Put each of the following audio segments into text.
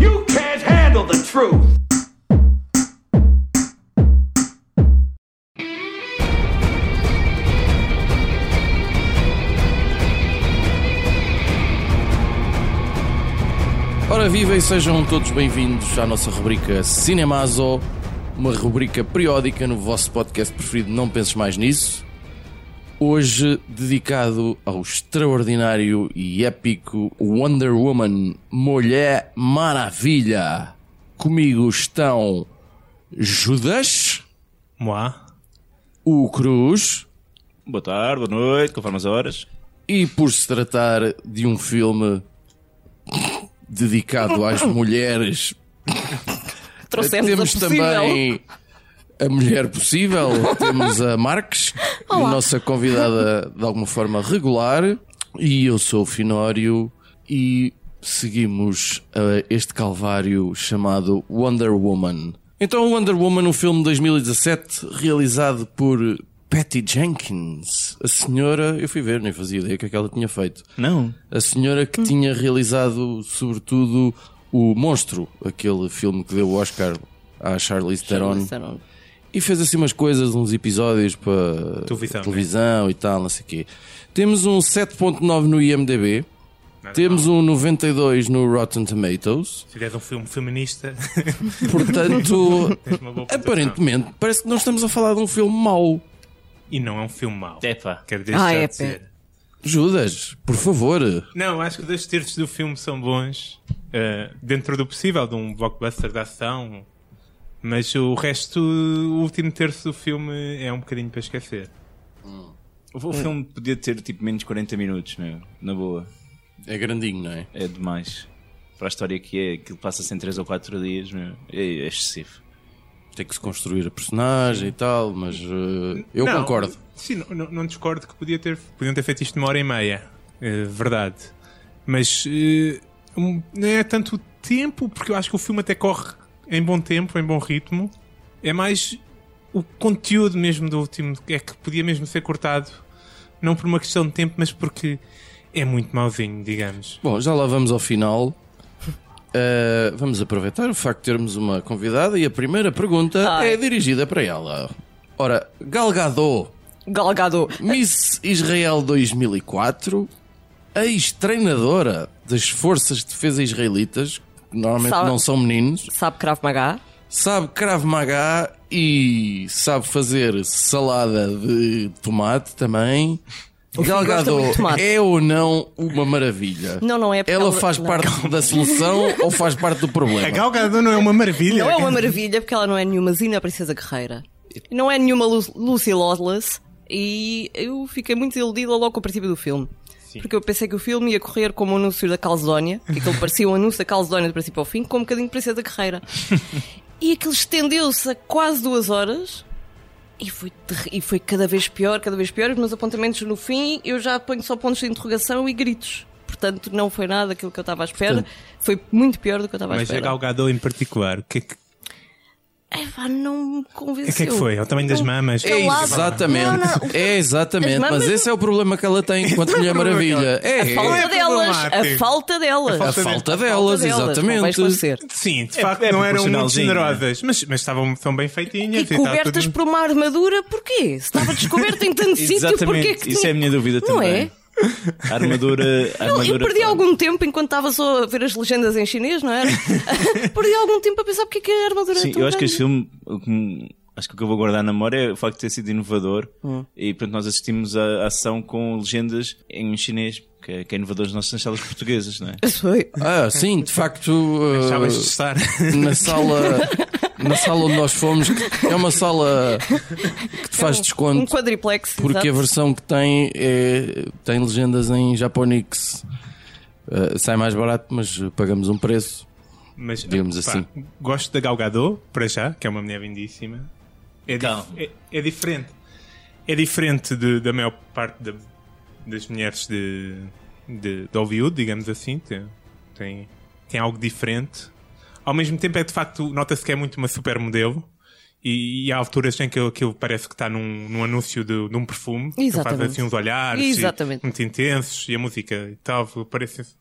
You can't handle the truth. Ora viva e sejam todos bem-vindos à nossa rubrica Cinemazo, uma rubrica periódica no vosso podcast preferido Não Penses Mais Nisso. Hoje dedicado ao extraordinário e épico Wonder Woman Mulher Maravilha. Comigo estão Judas, Moá. o Cruz, Boa tarde, boa noite, conforme as horas. E por se tratar de um filme dedicado às mulheres, Trouxemos temos a possível. também a mulher possível, temos a Marques, Olá. nossa convidada de alguma forma regular, e eu sou o Finório e seguimos uh, este calvário chamado Wonder Woman. Então, Wonder Woman, um filme de 2017 realizado por Patty Jenkins, a senhora, eu fui ver, nem fazia ideia o que é que ela tinha feito. Não. A senhora que tinha realizado, sobretudo, o Monstro, aquele filme que deu o Oscar à Charlize Theron. Disseram. E fez assim umas coisas, uns episódios para Televisão, televisão e tal, não sei o quê. Temos um 7.9 no IMDB, temos um 92 no Rotten Tomatoes, Se tiveres um filme feminista, portanto, tens uma boa pontuação. aparentemente, parece que não estamos a falar de um filme mau. E não é um filme mau. Epa. Quero deixar Ah, é, de dizer. Judas, por favor. Não, acho que dois terços do filme são bons. eh, dentro do possível, de um blockbuster de ação. Mas o resto, o último terço do filme é um bocadinho para esquecer. O filme podia ter tipo menos 40 minutos, meu. Na boa. É grandinho, não é? É demais. Para a história que é, aquilo passa-se em 3 ou 4 dias, meu. É, é excessivo. Tem que se construir a personagem e tal, mas eh, eu Não, concordo. Sim, não, não- não discordo que podia ter, podiam ter feito isto de uma hora e meia. eh, verdade. Mas eh, um- não é tanto o tempo, porque eu acho que o filme até corre em bom tempo, em bom ritmo. É mais o conteúdo mesmo do último, é que podia mesmo ser cortado. Não por uma questão de tempo, mas porque é muito mauzinho, digamos. Bom, já lá vamos ao final. Uh, vamos aproveitar o facto de termos uma convidada e a primeira pergunta Ai. é dirigida para ela. Ora, Galgado, Galgado. Miss Israel 2004, ex-treinadora das forças de defesa israelitas, que normalmente Sabe- não são meninos, Sabe Krav Maga? sabe Krav Maga e sabe fazer salada de tomate também. gosta Galgado muito de tomate. é ou não uma maravilha? Não, não é porque Ela faz não. parte da solução ou faz parte do A problema? Gal Gadot não é uma maravilha? Não é uma maravilha porque ela não é nenhuma Zina Princesa Guerreira. Não é nenhuma Lu Lucy Lawless. E eu fiquei muito iludida logo com o princípio do filme. Porque eu pensei que o filme ia correr como um anúncio da Calzónia, que aquilo parecia um anúncio da Calzónia do princípio ao fim, com um bocadinho de Princesa Guerreira. e aquilo estendeu-se a quase duas horas e foi, terri- e foi cada vez pior, cada vez pior. Os meus apontamentos no fim eu já ponho só pontos de interrogação e gritos. Portanto, não foi nada aquilo que eu estava à espera. foi muito pior do que eu estava à Mas é a espera. Gal Gadot em particular, o que é que, Ai, pá, não me convenceu. o que é que foi? É o tamanho das Não- mamas? É Calado. exatamente, Não, não. é exatamente, As mas mamas- esse é o problema que ela tem enquanto Mulher Maravilha. É, A é. falta é delas, problemático. a falta delas. a falta delas, Vai exatamente. esclarecer. Sim, de É- facto é não eram muito proporcionalzinho, generosas, mas, mas estavam tão bem feitinhas. E e estava cobertas tudo- por uma armadura, porquê? Se estava descoberto em tanto sítio, porquê que Isso tinha- é a minha dúvida Não também. é? A Armadura. a Eu, eu armadura perdi algum tempo enquanto estava só a ver as legendas em chinês, não era? perdi algum tempo a pensar porque é que a armadura Sim, é tão eu acho que grande. este filme. o que me- Acho que o que eu vou guardar na memória é o facto de ter sido inovador. Hum. E portanto, nós assistimos à à ação com legendas em chinês, que é, que é inovador nas nossas salas portuguesas, não é? Foi. Ah, sim, de facto, uh, Estavas de estar. na sala, na sala onde nós fomos, que é uma sala que te faz Um desconto quadriplex. porque a exato. versão que tem é, tem legendas em japonix. Uh, sai mais barato, mas pagamos um preço. Mas, Digamos assim. Gosto da Gal Gadot, para já, que é uma mulher lindíssima. É, dif- Calma. é, é diferente. É diferente de- da maior parte da- das mulheres de, de, de Hollywood, digamos assim. Tem, tem, tem algo diferente. Ao mesmo tempo é de facto, nota-se que é muito uma supermodelo. E, e há alturas em que aquilo parece que está num, num anúncio de, de um perfume. que Faz Exatamente. assim uns olhares e- Exatamente. muito intensos e a música e tal. Parece que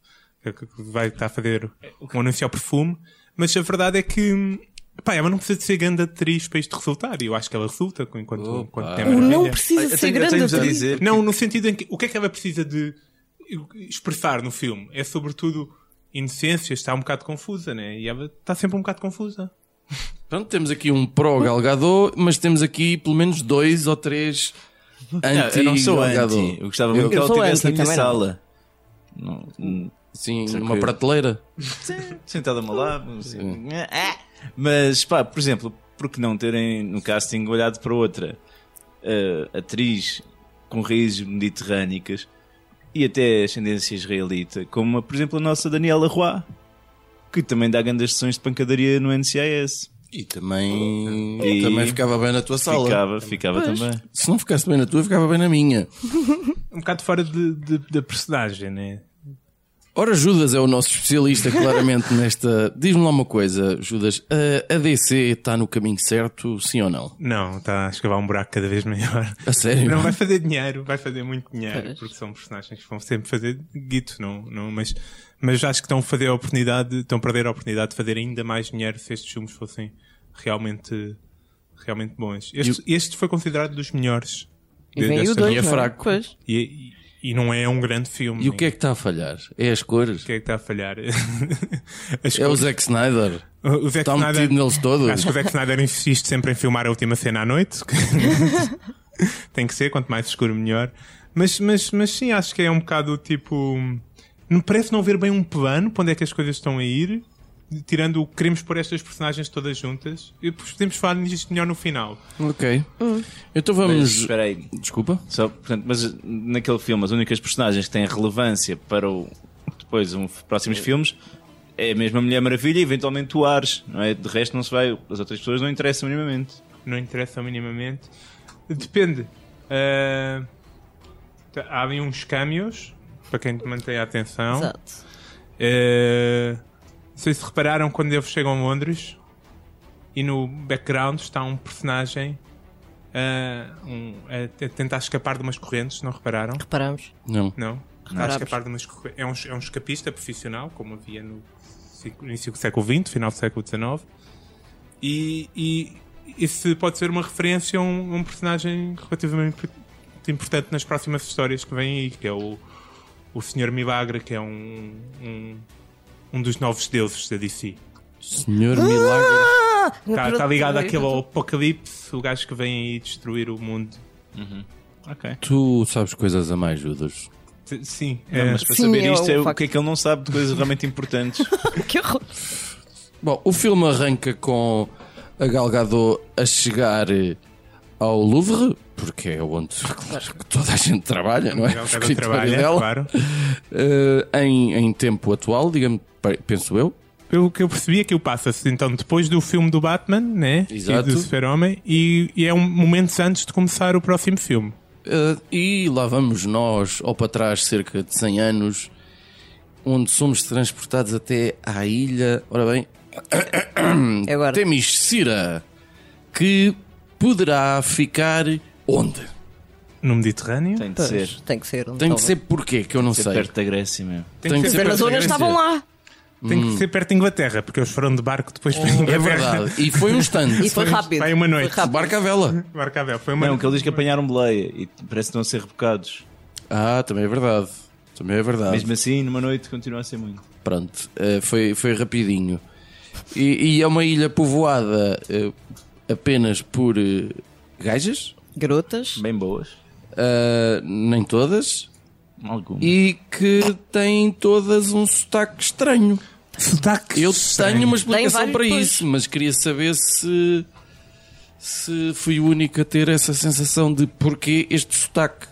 que vai estar a fazer um anúncio ao perfume. Mas a verdade é que, hum, pá, ela não precisa de ser grande atriz para isto resultar. E eu acho que ela resulta com- enquanto, Opa. enquanto tem a O não maravilha. Eu precisa ser tenho- eu grande assim. tenho-vos a atriz. dizer Não, no sentido em que o que é que ela precisa de expressar no filme? É sobretudo inocência, está um bocado confusa, né? E ela está sempre um bocado confusa. Pronto, temos aqui um pró Galgador, mas temos aqui pelo menos dois ou três Não, anti eu não sou Gal Gadot. anti. Eu gostava muito que Eu ela sou estivesse na anti, minha também não. sala. Não, hum, Sim, numa Tranquilo. prateleira. sentada ao meu lado. não sei. Ah! Mas, pá, por exemplo, por que não terem no casting olhado para outra ah, atriz com raízes mediterrânicas e até ascendência israelita, como, por exemplo, a nossa Daniela Roy, que também dá grandes sessões de pancadaria no NCIS. E também, E- também ficava bem na tua sala. Ficava, ficava também. Se não ficasse bem na tua, ficava bem na minha. Um bocado fora de, de- da personagem, né? Ora, Judas é o nosso especialista, claramente, nesta. Diz-me lá uma coisa, Judas. A, a DC está no caminho certo, sim ou não? Não, está a escavar um buraco cada vez maior. A sério? Não vai fazer dinheiro, vai fazer muito dinheiro, porque são personagens que vão sempre fazer guito, não, não, mas, mas acho que estão a fazer a oportunidade, estão a perder a oportunidade de fazer ainda mais dinheiro se estes filmes fossem realmente, realmente bons. Este, este foi considerado dos melhores. E de- vem o desta- dois, é não fraco. Pois. E, e, e não é um grande filme. Hum. E o que é que está a falhar? É as O cores? que é que está a falhar? As É o cores. Zack Snyder? O Zack Está metido neles todos? Acho que o Zack Snyder insiste sempre em filmar a última cena à noite. Tem que ser, quanto mais escuro, melhor. Mas, mas, mas sim, acho que é um bocado tipo. Não parece não haver bem um plano para onde é que as coisas estão a ir. Tirando o queremos pôr estas personagens todas juntas. E depois podemos falar nisto melhor no final. Ok. Então Mas, vamos. espera aí. Desculpa? Só, portanto, mas naquele filme, as únicas personagens que têm relevância para o, depois um, próximos filmes é mesmo a Mulher Maravilha e eventualmente o Ares, não é? De resto, não se vai. As outras pessoas não interessam minimamente. Não interessa minimamente. Depende. Ah, tá- há ali uns cameos para quem mantém a atenção. Exato. Eh, não sei se repararam quando eles chegam a Londres e no background está um personagem ah, um- a te- tentar escapar de umas correntes, não repararam? Reparamos. Não. Não? Está a Reparámos. escapar de umas correntes. É um, é um escapista profissional, como havia no ciclo- início do século XX, final do século XIX. E, e isso pode ser uma referência a um, um personagem relativamente impor- importante nas próximas histórias que vêm aí, que é o, o Senhor Milagre, que é um, um, um dos novos deuses da DC. Senhor Milagre. Ah! Está Pronto, tá ligado eu- àquele ao Apocalipse, o gajo que vem aí destruir o mundo. Ok. Tu sabes coisas a mais, Judas. S- Sim, Não, é, mas para Sim, saber é isto, um é o facto. que é que ele não sabe de coisas realmente importantes. Que horror. Bom, o filme arranca com a Galgado a chegar eh, ao Louvre, porque é onde claro, que toda a gente trabalha, não é? é o O cara que escritório trabalha, dela. claro. Eh, em, em tempo atual, digamos, pe- penso eu. Pelo que eu percebi, aquilo passa-se então depois do filme do Batman, né? Exato. E do Super-Homem, e, e é um momentos antes de começar o próximo filme. Eh, e lá vamos nós, ou para trás, cerca de 100 anos, onde somos transportados até à ilha. Ora bem, É agora. Temis Cira, que poderá ficar onde? No Mediterrâneo. Tem de Pois, ser. Tem que ser. Tem então. que ser porquê, que eu não Ser sei. perto da Grécia mesmo. Tem que ser As perto da zonas Grécia. estavam lá. Tem que ser perto da Inglaterra, porque eles foram de barco depois para a É Inglaterra. verdade. E foi um E stand. foi rápido. Vai uma noite. Foi rápido. Barca a vela. Barca a vela, Foi uma Não, que ele diz que apanharam boleia e parece que estão a ser rebocados. Ah, também é verdade. Também é verdade. Mesmo assim, numa noite continua a ser muito. Pronto, eh, foi, foi rapidinho. E, e é uma ilha povoada eh, apenas por eh, gajas, Garotas. Bem boas. eh, nem todas, Algumas. e que têm todas um sotaque estranho. Sotaque Eu estranho. tenho uma explicação vários, para pois. isso, mas queria saber se, se fui o único a ter essa sensação de porquê este sotaque.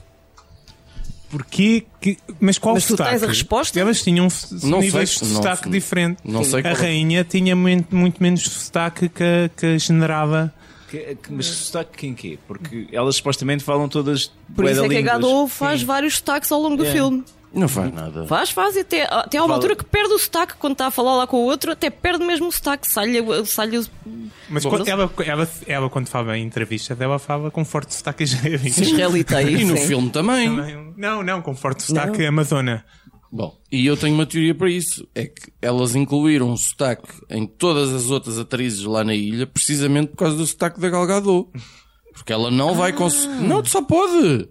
Porquê que... Mas qual Mas tu sotaque? tens a resposta? Elas tinham s- Não níveis sei, de não- sotaque diferente. não sei A qual é. rainha tinha muito, muito menos sotaque que a, que a generava. Que- que- mas sotaque quem quê? Porque elas supostamente falam todas Por isso é que a bué de línguas. Gadol faz vários sotaques ao longo do É. filme. Não faz nada. Faz, faz, e até, até há uma altura que perde o sotaque quando está a falar lá com o outro, até perde mesmo o sotaque, sai-lhe sai Mas Bom, quando- mas- ela, ela, ela, quando fala em entrevistas, ela fala com forte sotaque israelita. israelita aí. E no sim. filme também. Não, não, com forte sotaque amazona. Bom, e eu tenho uma teoria para isso. É que elas incluíram um sotaque em todas as outras atrizes lá na ilha precisamente por causa do sotaque da Gal Gadot. Porque ela não vai Ah. com... so- Não, só pode!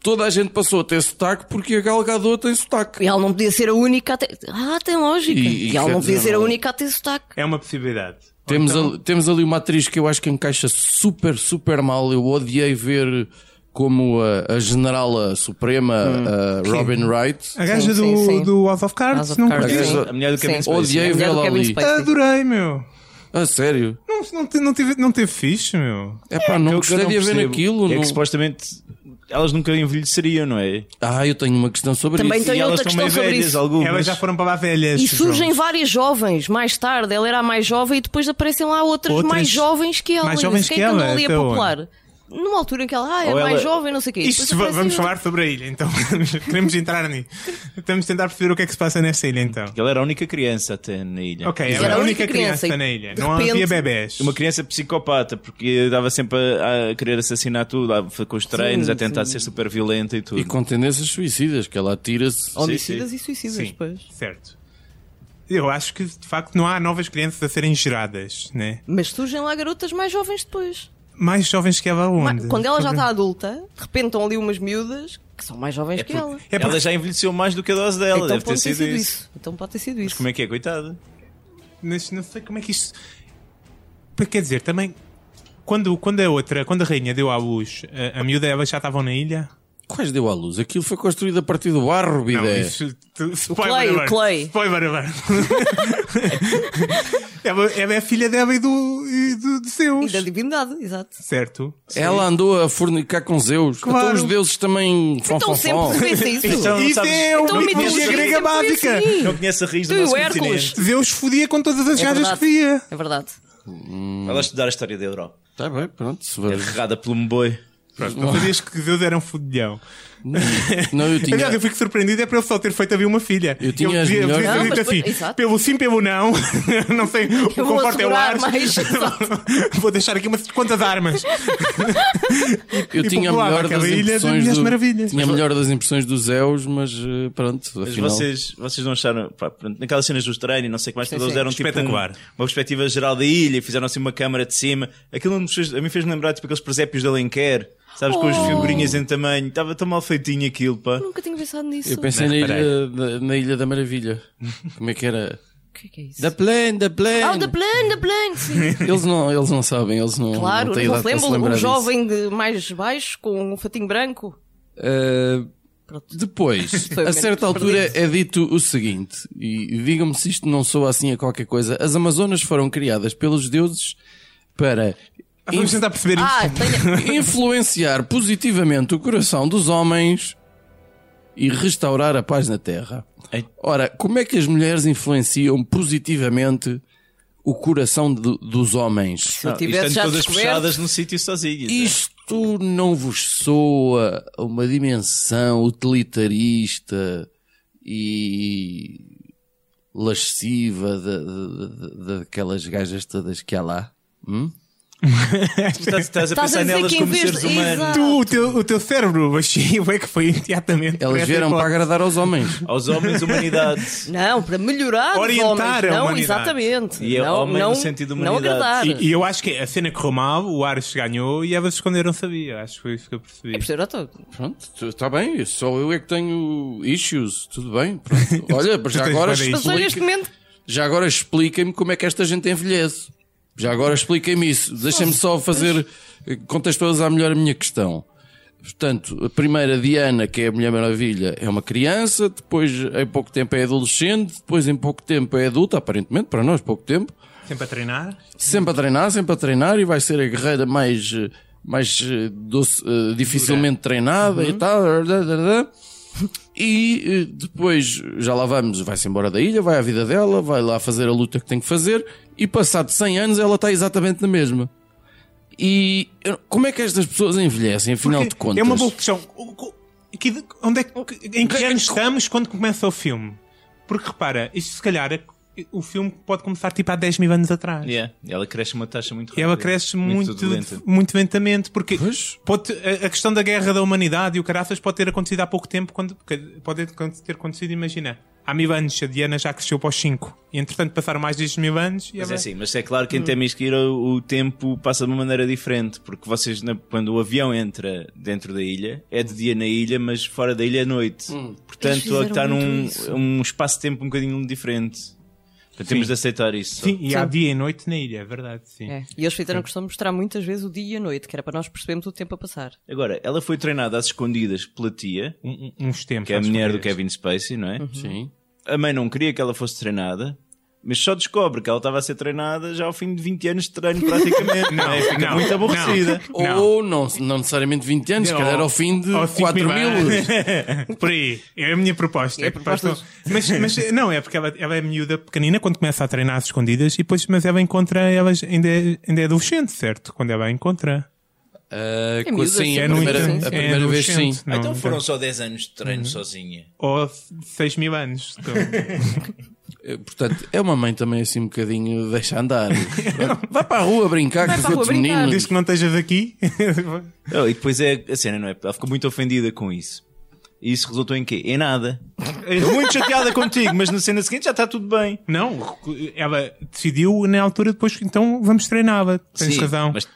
Toda a gente passou a ter sotaque porque a Gal Gadot tem sotaque. E ela não podia ser a única a ter... Ah, tem lógica. E- E, e ela quer não podia dizer, ser a não- única a ter sotaque. É uma possibilidade. Temos, então? ali, temos ali uma atriz que eu acho que encaixa super, super mal. Eu odiei ver como a, a generala suprema, Hum. a Robin Wright. É, A gaja Sim, do, sim. do House of Cards, House of não Cards, curtiste? sim. A mulher É do Kevin Sim. Spacey. Odiei A mulher do vê-la é, Kevin ali. Spacey. Adorei, meu. A sério? Não, não, te- não, teve, não teve fixe, meu. É pá, não Eu- eu gostei de a ver percebo. naquilo. É não- que supostamente elas nunca envelheceriam, não é? Ah, eu tenho uma questão sobre Também isso. tenho e elas Então, outra estão questão meio sobre velhas, isso. algumas. Elas já foram para lá velhas. E surgem João. várias jovens mais tarde. Ela era a mais jovem e depois aparecem lá outras, Outras- mais jovens que ela. mais jovens Quem que é que andou ela, ali a até onde? popular? Numa altura em que ela ah, é Ou mais ela- jovem, não sei o quê. Isto, Depois va- aparece vamos outra. falar sobre a ilha, então. Queremos entrar nisso. Estamos a tentar perceber o que é que se passa nessa ilha, então. Ela era a única criança até na ilha. Ok, Isso ela era a única criança, e na ilha. de Não repente- havia bebés. Uma criança psicopata, porque dava sempre a, a querer assassinar tudo, lá, foi com os treinos, a tentar ser super violenta e tudo. E com tendências suicidas, que ela atira-se. Oh. Homicidas e suicidas, Sim, pois. certo. Eu acho que, de facto, não há novas crianças a serem geradas, né? Mas surgem lá garotas mais jovens depois. Mais jovens que ela Ma- onde? Quando ela já está adulta, de repente estão ali umas miúdas que são mais jovens que ela. É porque- Ela já envelheceu mais do que a dose dela, então deve pode ter sido, isso. Então pode ter sido isso. Como é que é, coitada? tá- Mas não sei como é que isto. Porque, Quer dizer, também. Quando, quando a outra, quando a rainha deu à luz, a, a miúda, elas já estavam na ilha? Quais deu à luz? Aquilo foi construído a partir do barro, Não, bidé. isso- tu- Clay, o alert, Clay. Spoiler alert. ela, ela é filha dela e do, e do, de E Zeus. da divindade, exato. Certo? Ela andou a fornicar com Zeus. Claro. Então os deuses também fom, Então fom, fom. sempre se vê isso. Então, Isso sabes- é Então, uma mitologia mitologia grega sempre foi básica. assim. Não conhece a raiz do Tu e o nosso Hércules? continente. Deus fodia com todas as é gajas verdade. que via. É verdade. Ela estudar a história da Europa. Tá bem, pronto. Se É vai- regada pelo Mboi. Pronto, não sabias que Deus era um fudilhão. Não, eu Aliás, eu tinha. fico surpreendido é por ele só ter feito havia uma filha. Eu tinha ele as devia, melhores- devia ter Não, dito mas foi- assim, exato. pelo sim, pelo não, não sei, o Eu vou conforto é o assegurar ar. mais. Exato. Vou deixar aqui umas quantas armas. Eu tinha a populava melhor aquela das ilha das impressões. Mulheres Do... Maravilhas. Tinha a melhor das impressões dos Zeus, mas eh, pronto. Mas Afinal... vocês, vocês não acharam, pá, pronto, naquelas cenas dos treinos, não sei o que mais, todas sim. deram tipo um- Espetacular. uma perspectiva geral da ilha, fizeram assim uma câmara de cima. Aquilo não me fez, a mim fez-me lembrar tipo aqueles presépios de Alenquer, sabes, com as Oh. figurinhas em tamanho. Estava tão mal feitinho aquilo, pá. Nunca tinha pensado nisso. Eu pensei Não, na, reparei. ilha, da, na Ilha da Maravilha. Como é que era? O que é que é isso? Da plane, da plane. Ah, da plane, da plane, sim. Eles, não, eles não sabem, eles não. Claro, não não, têm idade se para se lembra um lembrar disso. jovem de mais baixo com um fatinho branco. Eh, Pronto. Depois, Foi um a momento certa altura perdido. é dito o seguinte, e digam-me se isto não soa assim a qualquer coisa. As Amazonas foram criadas pelos deuses para Ah, Vamos tentar perceber Ah, isto. tenho... influenciar positivamente o coração dos homens e restaurar a paz na Terra. Ei. Ora, como é que as mulheres influenciam positivamente o coração do- dos homens? eu Não, tivesse estando já todas descoberto- fechadas num sítio sozinhas. né? Isto não vos soa a uma dimensão utilitarista e lasciva da- da- da- daquelas gajas todas que há lá? Hum? Tu Estás, estás a Estás a pensar dizer nelas que em como vez seres de- humanos. Exato. Tu, o teu, o teu cérebro baixinho é que foi imediatamente. Elas para essa vieram para hipótese. agradar aos homens. Aos homens, humanidade. Não, para melhorar os homens. Orientar a não, humanidade. exatamente. E é não, homem não, no sentido de Não humanidade. agradar. E, e eu acho que a cena correu mal, o Ares ganhou e elas esconderam sabia. Acho que foi isso que eu percebi. É por ser ator. Pronto, está bem, só eu é que tenho issues, tudo bem. Pronto. Olha, mas já tens agora, várias Mas olha este explica, momento. já agora expliquem-me como é que esta gente envelhece. Já agora expliquem-me isso. Deixem-me só fazer, eh, contextualizar melhor a minha questão. Portanto, a primeira Diana, que é a Mulher Maravilha, é uma criança, depois em pouco tempo é adolescente, depois em pouco tempo é adulta, aparentemente, para nós pouco tempo, Sempre a treinar. sempre a treinar, sempre a treinar e vai ser a guerreira mais, eh, mais eh, doce, eh, dificilmente treinada e tal. rá, rá, rá, rá. E eh, depois já lá vamos, vai-se embora da ilha, vai à vida dela, vai lá fazer a luta que tem que fazer e passado 100 anos ela está exatamente na mesma. E eu- como é que estas pessoas envelhecem, afinal de Porque contas? É uma boa questão. O- o- E que- onde é que, em que ano estamos quando começa o filme? Porque repara, isto se calhar é- o filme pode começar tipo há 10 mil anos atrás. Yeah. Ela cresce uma taxa muito E rápida. ela cresce muito, turbulenta. muito, lentamente, porque Pois. pode- a, a questão da guerra da humanidade e o caraças pode ter acontecido há pouco tempo, quando, porque pode ter acontecido, imagina, há mil anos, a Diana já cresceu para os 5, e entretanto passaram mais de mil anos e Mas é ela- assim, mas é claro que em Hum. Temisquira o o tempo passa de uma maneira diferente, porque vocês, na- quando o avião entra dentro da ilha, é de dia na ilha, mas fora da ilha é noite. Hum. Eles Portanto, fizeram ela está muito num isso. um espaço-tempo um bocadinho diferente. Portanto, temos de aceitar isso. Sim, e há Sim. dia e noite na ilha, é verdade, sim. É. E eles fizeram questão de mostrar muitas vezes o dia e a noite, que era para nós percebermos o tempo a passar. Agora, ela foi treinada às escondidas pela tia, Um- um- uns tempos. que é a às mulher do escondidas. Uhum. Kevin Spacey, não é? Sim. A mãe não queria que ela fosse treinada. Mas só descobre que ela estava a ser treinada já ao fim de 20 anos de treino, praticamente. não, é? Fica não, muito não. aborrecida. Oh, Não. Ou não, não necessariamente 20 anos, se Não, calhar ao fim de ao cinco 4 mil. anos. Por aí. É a minha proposta. É a proposta. Mas, mas não, é porque ela, ela é miúda pequenina quando começa a treinar às escondidas, e depois, mas ela encontra, ela ainda é, ainda é adolescente, certo? Quando ela a encontra. Ah, miúda, sim, sim, a é primeira, muito- É a primeira vez sim. adolescente, não- Uhum. então foram só 10 anos de treino sozinha. Ou 6 mil anos. Então, Eh, Portanto, é uma mãe também assim um bocadinho deixa andar. Pronto, Vai para a rua brincar Vai com os para a rua outros brincar. meninos. Diz que não estejas aqui. Oh, e depois é a cena, não é? Ela ficou muito ofendida com isso. E isso resultou em quê? Em nada. Estou muito chateada contigo, mas na cena seguinte já está tudo bem. Não, ela decidiu na altura depois, então vamos treiná-la. Tens Sim, razão. Mas,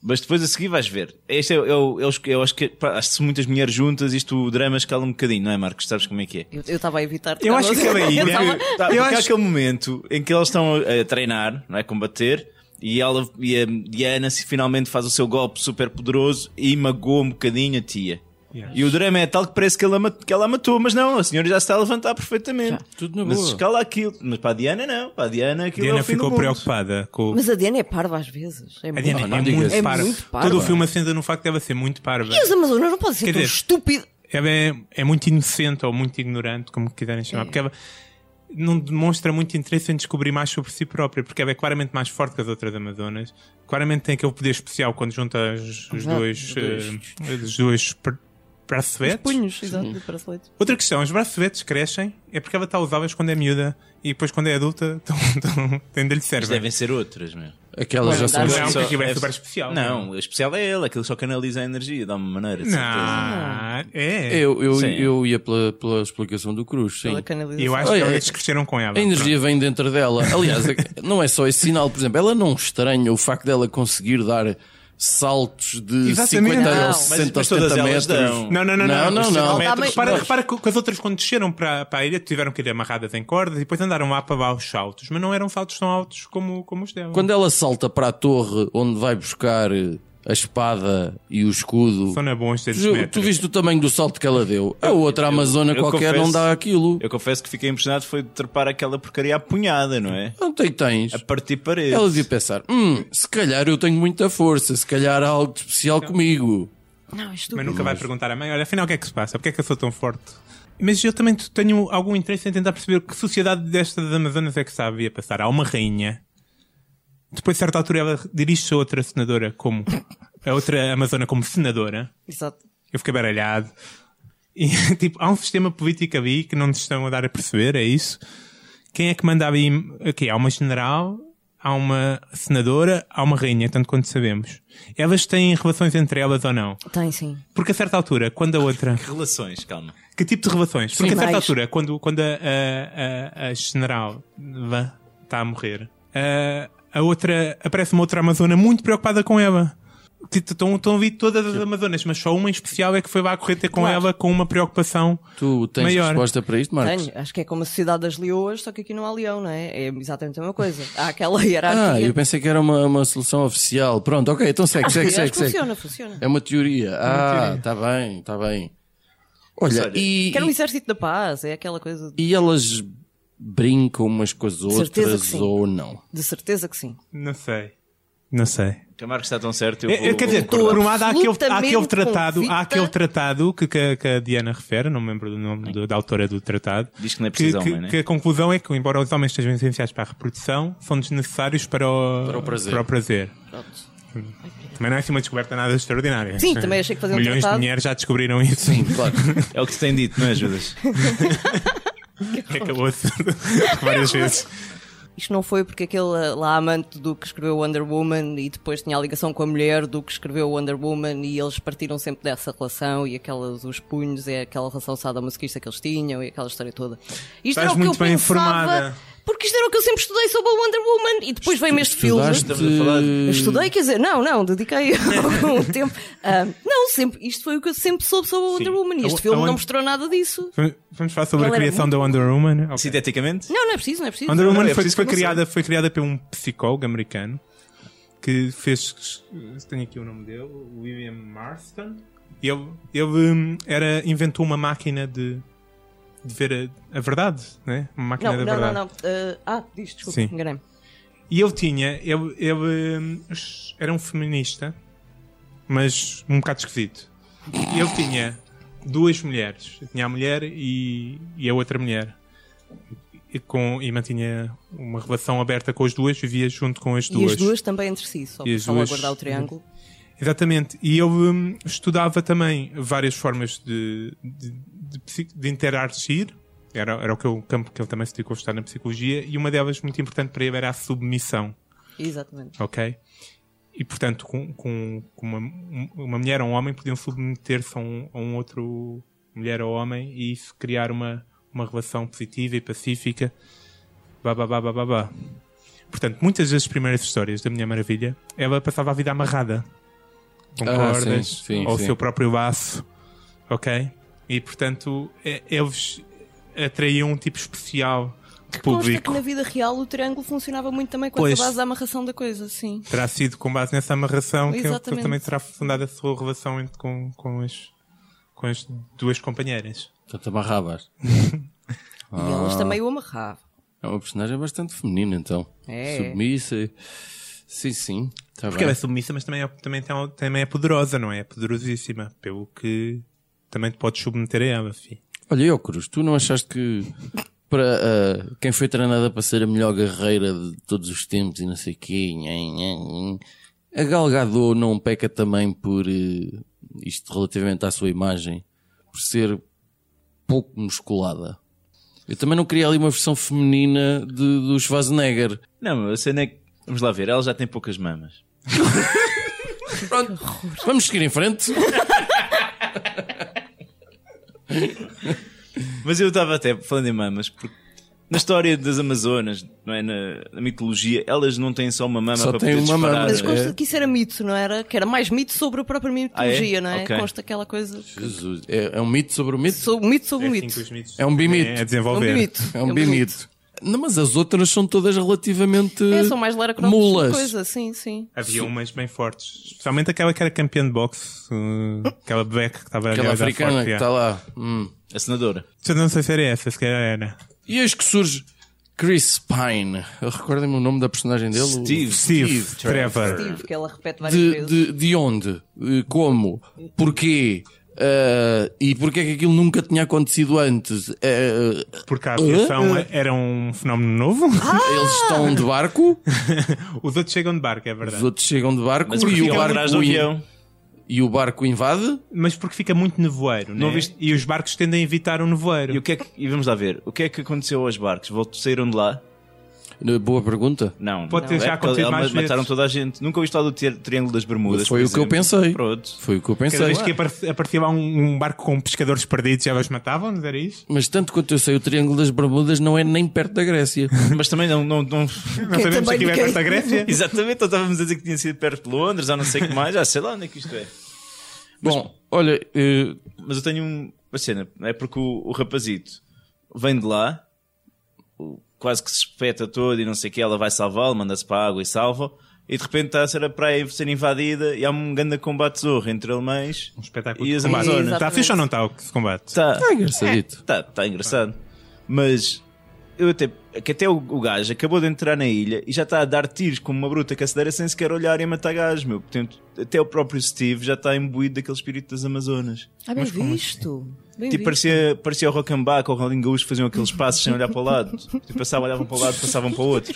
mas depois a seguir vais ver. Este é, é, o- é, os- eu acho que pá, acho que se muitas mulheres juntas, isto o drama escala um bocadinho, não é, Marcos? Sabes como é que é? Eu eu estava a evitar. Eu acho que é aquela ilha- estava- Tá, Eu porque há acho- aquele momento em que elas estão a, a treinar, não é? Combater. E, ela, e a Diana se finalmente faz o seu golpe super poderoso e magoa um bocadinho a tia. Yeah. E o drama é tal que parece que ela, ma- que ela a matou, mas não, a senhora já se está a levantar perfeitamente. Tá, tudo na mas boa. escala aquilo. Mas para a Diana não, para a Diana aquilo é Diana o fim do ficou mundo. preocupada com o Mas a Diana é parva às vezes. É A muito Diana Não, não é, digas muito isso. É parva. muito parva. Todo o filme acenda no facto de ela ser muito parva. E os Amazonas não podem ser Quer tão dizer- estúpidos. Ela é, é muito inocente ou muito ignorante, como quiserem chamar, porque ela não demonstra muito interesse em descobrir mais sobre si própria, porque ela é claramente mais forte que as outras Amazonas. Claramente tem aquele poder especial quando junta os, os Ah, dois. os dois. eh, os dois per- braçoletes. Punhos, exato, de bracelete. Outra questão, os braçoletes crescem, é porque ela está a usá-las quando é miúda e depois quando é adulta ainda-lhe Mas serve. devem ser outras, meu. Aquelas já são. Não, Não, Só- porque aquilo é super especial. Não, o especial é ela, aquilo só canaliza a energia de alguma maneira. de certeza. Não, é. Eu, eu, Sim. eu ia pela, pela explicação do Cruz, sim. Pela canalização. Eu acho que Olha, eles cresceram com ela. é- A energia vem dentro dela. Aliás, não é só esse sinal, por exemplo, ela não estranha o facto dela conseguir dar saltos de Exatamente. 50 Não, ou mas- 60 ou mas todas 70 elas metros. dão. Não, não, não, não. Não, não, não. Metros. Ah, mas- Repara, pois. repara que, que as outras, quando desceram para, para a ilha, tiveram que ir amarradas em cordas e depois andaram lá para lá os saltos, mas não eram saltos tão altos como, como os dela. Quando ela salta para a torre onde vai buscar eh, a espada e o escudo, São na bons desses tu, tu metros. viste o tamanho do salto que ela deu. A outra Amazona eu qualquer não confesso- dá aquilo. Eu confesso que fiquei impressionado foi de trepar aquela porcaria à punhada, não é? Não tem tens. A partir parede. Ela devia pensar: hum, se calhar eu tenho muita força, se calhar há algo de especial comigo. Não, é estúpido. Mas nunca vai perguntar à mãe, olha, afinal o que é que se passa? Porquê é que eu sou tão forte? Mas eu também tenho algum interesse em tentar perceber que sociedade destas Amazonas é que se havia passar. Há uma rainha. Depois, a certa altura, ela dirige-se a outra senadora como... A outra Amazona como senadora. Exato. Eu fiquei baralhado. E, tipo, há um sistema político ali que não nos estão a dar a perceber, é isso? Quem é que manda ali? Aqui, há uma general, há uma senadora, há uma rainha, tanto quanto sabemos. Elas têm relações entre elas ou não? Tem sim. Porque a certa altura, quando a outra. Relações, calma. Que tipo de relações? Porque a certa mais. altura, quando, quando a, a, a- a general está a morrer, a, a outra, aparece uma outra Amazona muito preocupada com ela. Tipo, Estão, estão a vir todas as Amazonas, mas só uma em especial é que foi lá correr ter com Claro. ela com uma preocupação. Tu tens Maior. resposta para isto, Marcos? Tenho. Acho que é como a Sociedade das Leoas, só que aqui não há leão, não é? É exatamente a mesma coisa. Há aquela hierarquia. Ah, eu pensei que era uma, uma solução oficial. Pronto, ok, então segue, segue, Acho que segue. segue. funciona, funciona. É uma teoria. Ah, está bem, está bem. Olha, Mas olha, e, Quer um exército da paz, é aquela coisa de, e elas brincam umas com as certeza que outras sim. ou não? de certeza que sim. Não sei. Não sei. Que a Marcos está tão certo, eu É, vou, é, quer dizer, vou concordar. por um lado há aquele, há aquele absolutamente tratado, há convicta. aquele tratado que, que, que a Diana refere, não me lembro do nome do- da autora do tratado. Diz que não é preciso que, homem, que, né? que a conclusão é que, embora os homens sejam essenciais para a reprodução, são desnecessários para o, Para o prazer. prazer. Pronto. Também não é assim uma descoberta nada extraordinária. Sim, também achei que faziam um Milhões de tratado. mulheres já descobriram isso. Claro. É o que se tem dito, não é, Judas? É Acabou-se várias vezes. Isto não foi porque aquele ah, lá amante do que escreveu Wonder Woman e depois tinha a ligação com a mulher do que escreveu Wonder Woman e eles partiram sempre dessa relação e aquela dos punhos é aquela relação sadomasoquista que eles tinham e aquela história toda. Isto Estás era o que muito eu bem pensava, informada. porque isto era o que eu sempre estudei sobre a Wonder Woman e depois veio-me este filme. Estudaste- Estamos a falar de- Hum. Estudei, quer dizer, não, não, dediquei algum tempo. Ah, não, sempre, isto foi o que eu sempre soube sobre a Wonder Woman e este A- a filme Wonder- não mostrou nada disso. Vamos- Vamos falar sobre Ela a era criação muito- da Wonder Woman. Ok. Sinteticamente? Não, não é preciso, não é preciso. Wonder Woman Não, é foi, preciso que foi, eu não criada, foi criada por um psicólogo americano que fez. Tenho aqui o nome dele, William Marston. E Ele, ele hum, era, inventou uma máquina de, de ver a, a verdade, né? Uma máquina Não, da não, não, verdade. não. Ah, ah, diz, desculpa, Sim. enganei-me. E ele tinha, ele, ele hum, era um feminista, mas um bocado esquisito. E Ele tinha duas mulheres. Tinha a mulher e, e a outra mulher. E, com, e mantinha uma relação aberta com as duas, vivia junto com as E duas. as duas também entre si, só E para as só duas- guardar o triângulo. Exatamente. E ele hum, estudava também várias formas de, de, de, psi- de interagir. Era, era o que eu- o campo que ele também se dedicou a estudar na psicologia. E uma delas, muito importante para ele, era a submissão. Exatamente. ok? E portanto, com, com, com uma, um- uma mulher ou um homem podiam submeter-se a um, a um outro mulher ou homem e isso criar uma, uma relação positiva e pacífica. Bah, bah, bah, bah, bah, bah. Portanto, muitas das primeiras histórias da Mulher Maravilha, ela passava a vida amarrada com Ah, cordas sim, sim, ou o sim. seu próprio laço, ok? E portanto, é- eles atraíam um tipo especial de Consta é que público. na vida real o triângulo funcionava muito também com Pois. essa base da amarração da coisa, sim. Terá sido com base nessa amarração que ele Exatamente. também terá fundado a sua relação entre- com, com, as, com as duas companheiras. Portanto, amarravas. E Ah. elas também o amarravam. É uma personagem bastante feminina, então. É. Submissa. Sim, sim. Tá Porque bem. ela é submissa, mas também é, também, tem, também é poderosa, não é? É poderosíssima. Pelo que também te podes submeter a ela, fi. Olha, eu, Cruz, tu não achaste que para ah, quem foi treinada para ser a melhor guerreira de todos os tempos e não sei o quê, nhen, nhen, nhen, a Gal Gadot não peca também por eh, isto relativamente à sua imagem, por ser pouco musculada. Eu também não queria ali uma versão feminina de, do Schwarzenegger. Não, a cena é que. Vamos lá ver, ela já tem poucas mamas. Pronto, vamos seguir em frente. Mas eu estava até falando em mamas, porque na história das Amazonas, não é? na, na mitologia, elas não têm só uma mama Só para têm poder uma disparar. mama. Mas Ah, consta é? que isso era mito, não era? Que era mais mito sobre a própria mitologia, Ah, é? não é? Ok. Consta aquela coisa. Jesus, é, é um mito sobre o mito? Sobre, mito sobre É assim que mito. os mitos É um bimito. É a É um desenvolver. bimito. É um bimito. Não, mas as outras são todas relativamente É, são mais lara que não mulas. coisa, sim, sim. Havia umas bem fortes. Especialmente aquela que era campeã de boxe. uh, aquela Beck que estava Aquela a jogar africana forte, que é. está lá. Hum. A senadora. Eu não sei se era essa, se calhar era. E eis que surge Chris Pine. Recordem-me o nome da personagem dele? O- Steve. Steve, Trevor. Tive, que ela repete várias De, vezes. de, de onde? Eh, Como? Porquê? Ah, e porquê é que aquilo nunca tinha acontecido antes? Eh, Porque a aviação era um fenómeno novo. Ah, eles estão de barco, Os outros chegam de barco, é os verdade. outros chegam de barco Mas e, o ficam atrás do barco in- avião. e o barco invade. Mas porque fica muito nevoeiro, né? Não viste- E os barcos tendem a evitar o nevoeiro. E, o que é que- e vamos lá ver, o que é que aconteceu aos barcos? Voltou, saíram de lá? Eh, Boa pergunta. Não. Pode ter não. já É porque acontecido elas mais Mataram vezes. toda a gente. Nunca ouviste falar do tri- Triângulo das Bermudas. Foi por o que eu exemplo? pensei. Pronto. Foi o que eu Cada pensei. vez que apare- aparecia lá um, um barco com pescadores perdidos, já os matavam, era isso? Mas tanto quanto eu sei, o Triângulo das Bermudas não é nem perto da Grécia. Mas também não. não, não... Não sabemos se também aquilo é ninguém- perto da Grécia. Exatamente, então estávamos a dizer que tinha sido perto de Londres, já não sei o que mais, já sei lá onde é que isto é. Bom, olha, eh, Mas eu tenho um- uma cena, é porque o, o rapazito vem de lá, o- quase que se espeta todo e não sei o que, ela vai salvá-lo, manda-se para a água e salva e de repente está a ser a praia a ser invadida e há um grande combate zorro entre alemães Um espetáculo e de as combate. Amazonas. amazonas. Está fixe ou não está o combate? Está é engraçadito. tá, tá engraçado, mas eu até, que até o, o gajo acabou de entrar na ilha e já está a dar tiros como uma bruta caçadeira sem sequer olhar e matar gajos, meu. Portanto, até o próprio Steve já está imbuído daquele espírito das amazonas. Ah, bem visto. assim? Bem Tipo, visto. parecia, parecia o Rocambá com o Ronaldinho Gaúcho faziam aqueles passos sem olhar para o lado. Tipo, passavam, olhavam para o lado, passavam para o outro.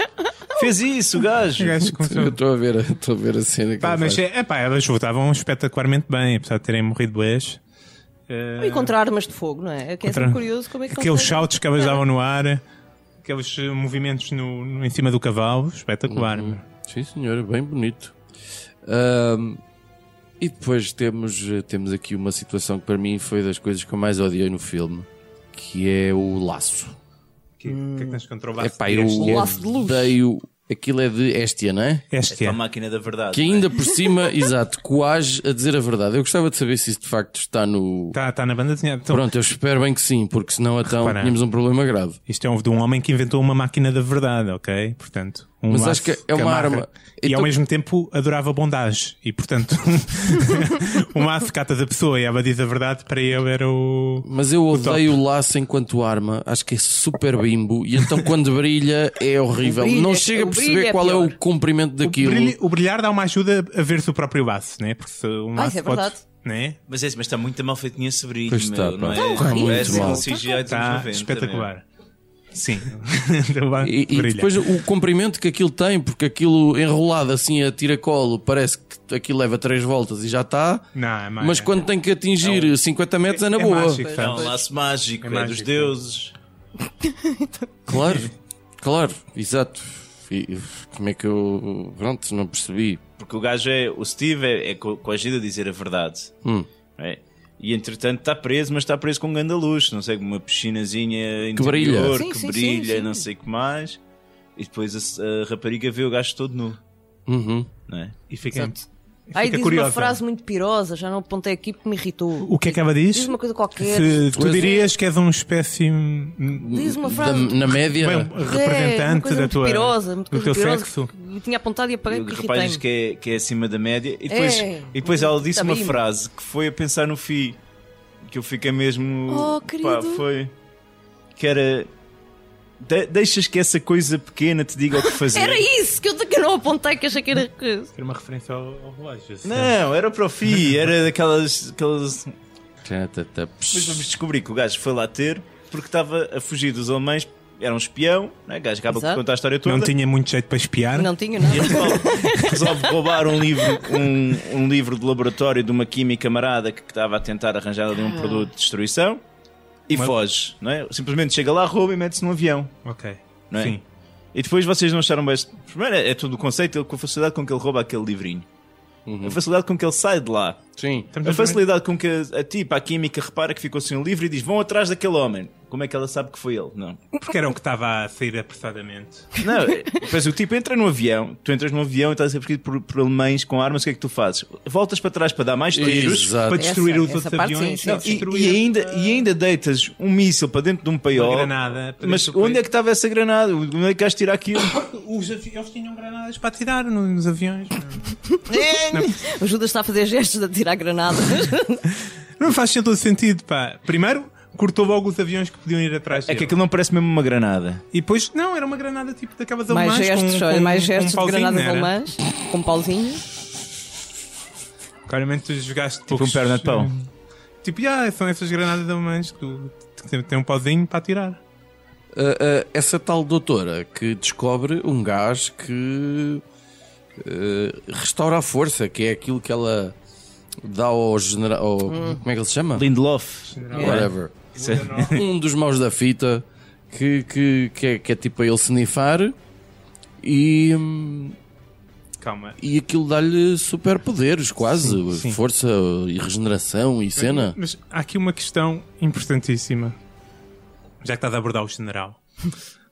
Fez isso, o gajo. Gajos com- Eu estou a ver, estou a ver a cena que Então. Pá, ele mas faz. é, é pá, elas votavam espetacularmente bem, apesar de terem morrido boés. E contra armas de fogo, não é? É que é Contra- sempre curioso como é que Aqueles conseguem- shouts que elas davam no ar, aqueles eh, movimentos no, no- em cima do cavalo, espetacular. Uhum. Sim, senhora, bem bonito. Ahm, e depois temos, eh, temos aqui uma situação que para mim foi das coisas que eu mais odiei no filme, que é o laço. O que, que é que tens contra o É laço pá, de eu Estia? laço de luz. odeio... Aquilo é de Estia, não é? Este É a é. máquina da verdade. Que não é? ainda por cima, exato, coage a dizer a verdade. Eu gostava de saber se isso de facto está no... Está tá na banda desenhada. Então, Pronto, eu espero bem que sim, porque senão então Repara. tínhamos um problema grave. isto é um, de um homem que inventou uma máquina da verdade, ok? Portanto, um Mas laço acho que é uma amarra. arma. E Então- ao mesmo tempo adorava bondage. E portanto, o laço cata da pessoa e ela diz a verdade, para ele era o. Mas eu top. odeio o laço enquanto arma, acho que é super bimbo, e então quando brilha é horrível. O brilho não é- chega a o perceber brilho é qual é pior. o comprimento daquilo. Brilho- o brilhar dá uma ajuda a ver-se o próprio laço, né? Porque se um Ah, laço isso é pode- verdade. Né? Mas, é, mas está muito mal feitinho esse brilho, Pois meu, está, pá. não é? Está horrível. Parece Está um CGI horrível. dos anos Está 90, Tá espetacular. Então meu. Sim. E, e depois o comprimento que aquilo tem, porque aquilo enrolado assim a tiracolo, parece que aquilo leva três voltas e já está. Não, é má, Mas é. quando tem que atingir 50 metros é na é boa. mágico, É tá? um laço mágico, É é, dos mágico. deuses. Claro, claro, exato. E- como é que eu. Pronto, não percebi. Porque o gajo é. O Steve é, é co- coagido a dizer a verdade. Hum. não é? E entretanto está preso, mas está preso com um grande luz, não sei, com uma piscinazinha interior, que brilha. brilha, Sim, que sim, brilha sim, sim. não sei o que mais. E depois a, a rapariga vê o gajo todo nu, Uhum. não é? E fica, Exato. e Aí fica diz curiosa. uma frase muito pirosa, já não apontei aqui porque me irritou. O que é que ela diz? Diz uma coisa qualquer. Se tu Pois é. dirias que és um espécime. Diz É, uma Da- frase. na média. Bem, É, uma um representante coisa da muito tua. pirosa, muito do coisa teu pirosa sexo. que Eu tinha apontado E e apaguei o porque rapaz diz irritei-me. que é, que é acima da média. E depois, É. e depois ela disse Tá uma bem. frase que foi a pensar no Fi, que eu fiquei mesmo. Oh, pá, querido. foi. Que era. "De- deixas que essa coisa pequena te diga o que fazer. Era isso que eu, que eu não apontei, que achei que era. que- Era uma referência ao, ao relógio. assim. Não, era para o Fi, era daquelas. aquelas... Tá, tá, tá. Depois vamos descobrir que o gajo foi lá ter porque estava a fugir dos alemães, era um espião, né? o gajo acaba por Exato. contar a história toda. Não tinha muito jeito para espiar. Não tinha, não. E ele resolve, resolve roubar um livro, um, um livro de laboratório de uma química camarada que estava a tentar arranjar ali um produto de destruição e Mas- foge. Não é? Simplesmente chega lá, rouba e mete-se num avião. Ok. Não é? Sim. E depois vocês não acharam bem. este- Primeiro é é todo o conceito, ele- com a facilidade com que ele rouba aquele livrinho, Uhum. a facilidade com que ele sai de lá, Sim. Estamos a a fazer- facilidade com que a, a tipa, a química, repara que ficou sem o livro e diz: vão atrás daquele homem. Como é que ela sabe que foi ele? Não. Porque era um que estava a sair apressadamente. Não, depois o tipo entra no avião, tu entras num avião e estás a ser perseguido por, por alemães com armas, o que é que tu fazes? Voltas para trás para dar mais tiros Exato. Para destruir os essa outros parte sim, aviões. sim, Não, sim. e, destruir e ainda, e ainda deitas um míssil para dentro de um paiol. Uma granada, para Mas dentro do onde paio. é que estava essa granada? Onde é que gajo tirar aquilo? Os avi- Eles tinham granadas para tirar no- nos aviões. não. O Judas está a fazer gestos de tirar granadas. Não faz todo sentido, pá. Primeiro, cortou logo os aviões que podiam ir atrás É que dele. aquilo não parece mesmo uma granada. E depois, não, era uma granada tipo daquelas mais alemãs. gestos, com, com, mais com um gestos de pauzinho, granadas não era? alemãs. Com pauzinho. Claramente tu jogaste tipo um perna de pau. Tipo, ah, são essas granadas alemãs que tu que sempre tem um pauzinho para atirar. Ah, ah, essa tal doutora que descobre um gás que ah, restaura a força, que é aquilo que ela dá ao general. ao- Hum. Como é que ele se chama? Lindelof. Whatever. Isso é- um dos maus da fita que, que, que, é, que é tipo a ele snifar e, hum, Calma. e aquilo dá-lhe superpoderes, quase. Sim, sim. Força e regeneração e cena. Mas há aqui uma questão importantíssima. Já que estás a abordar o general.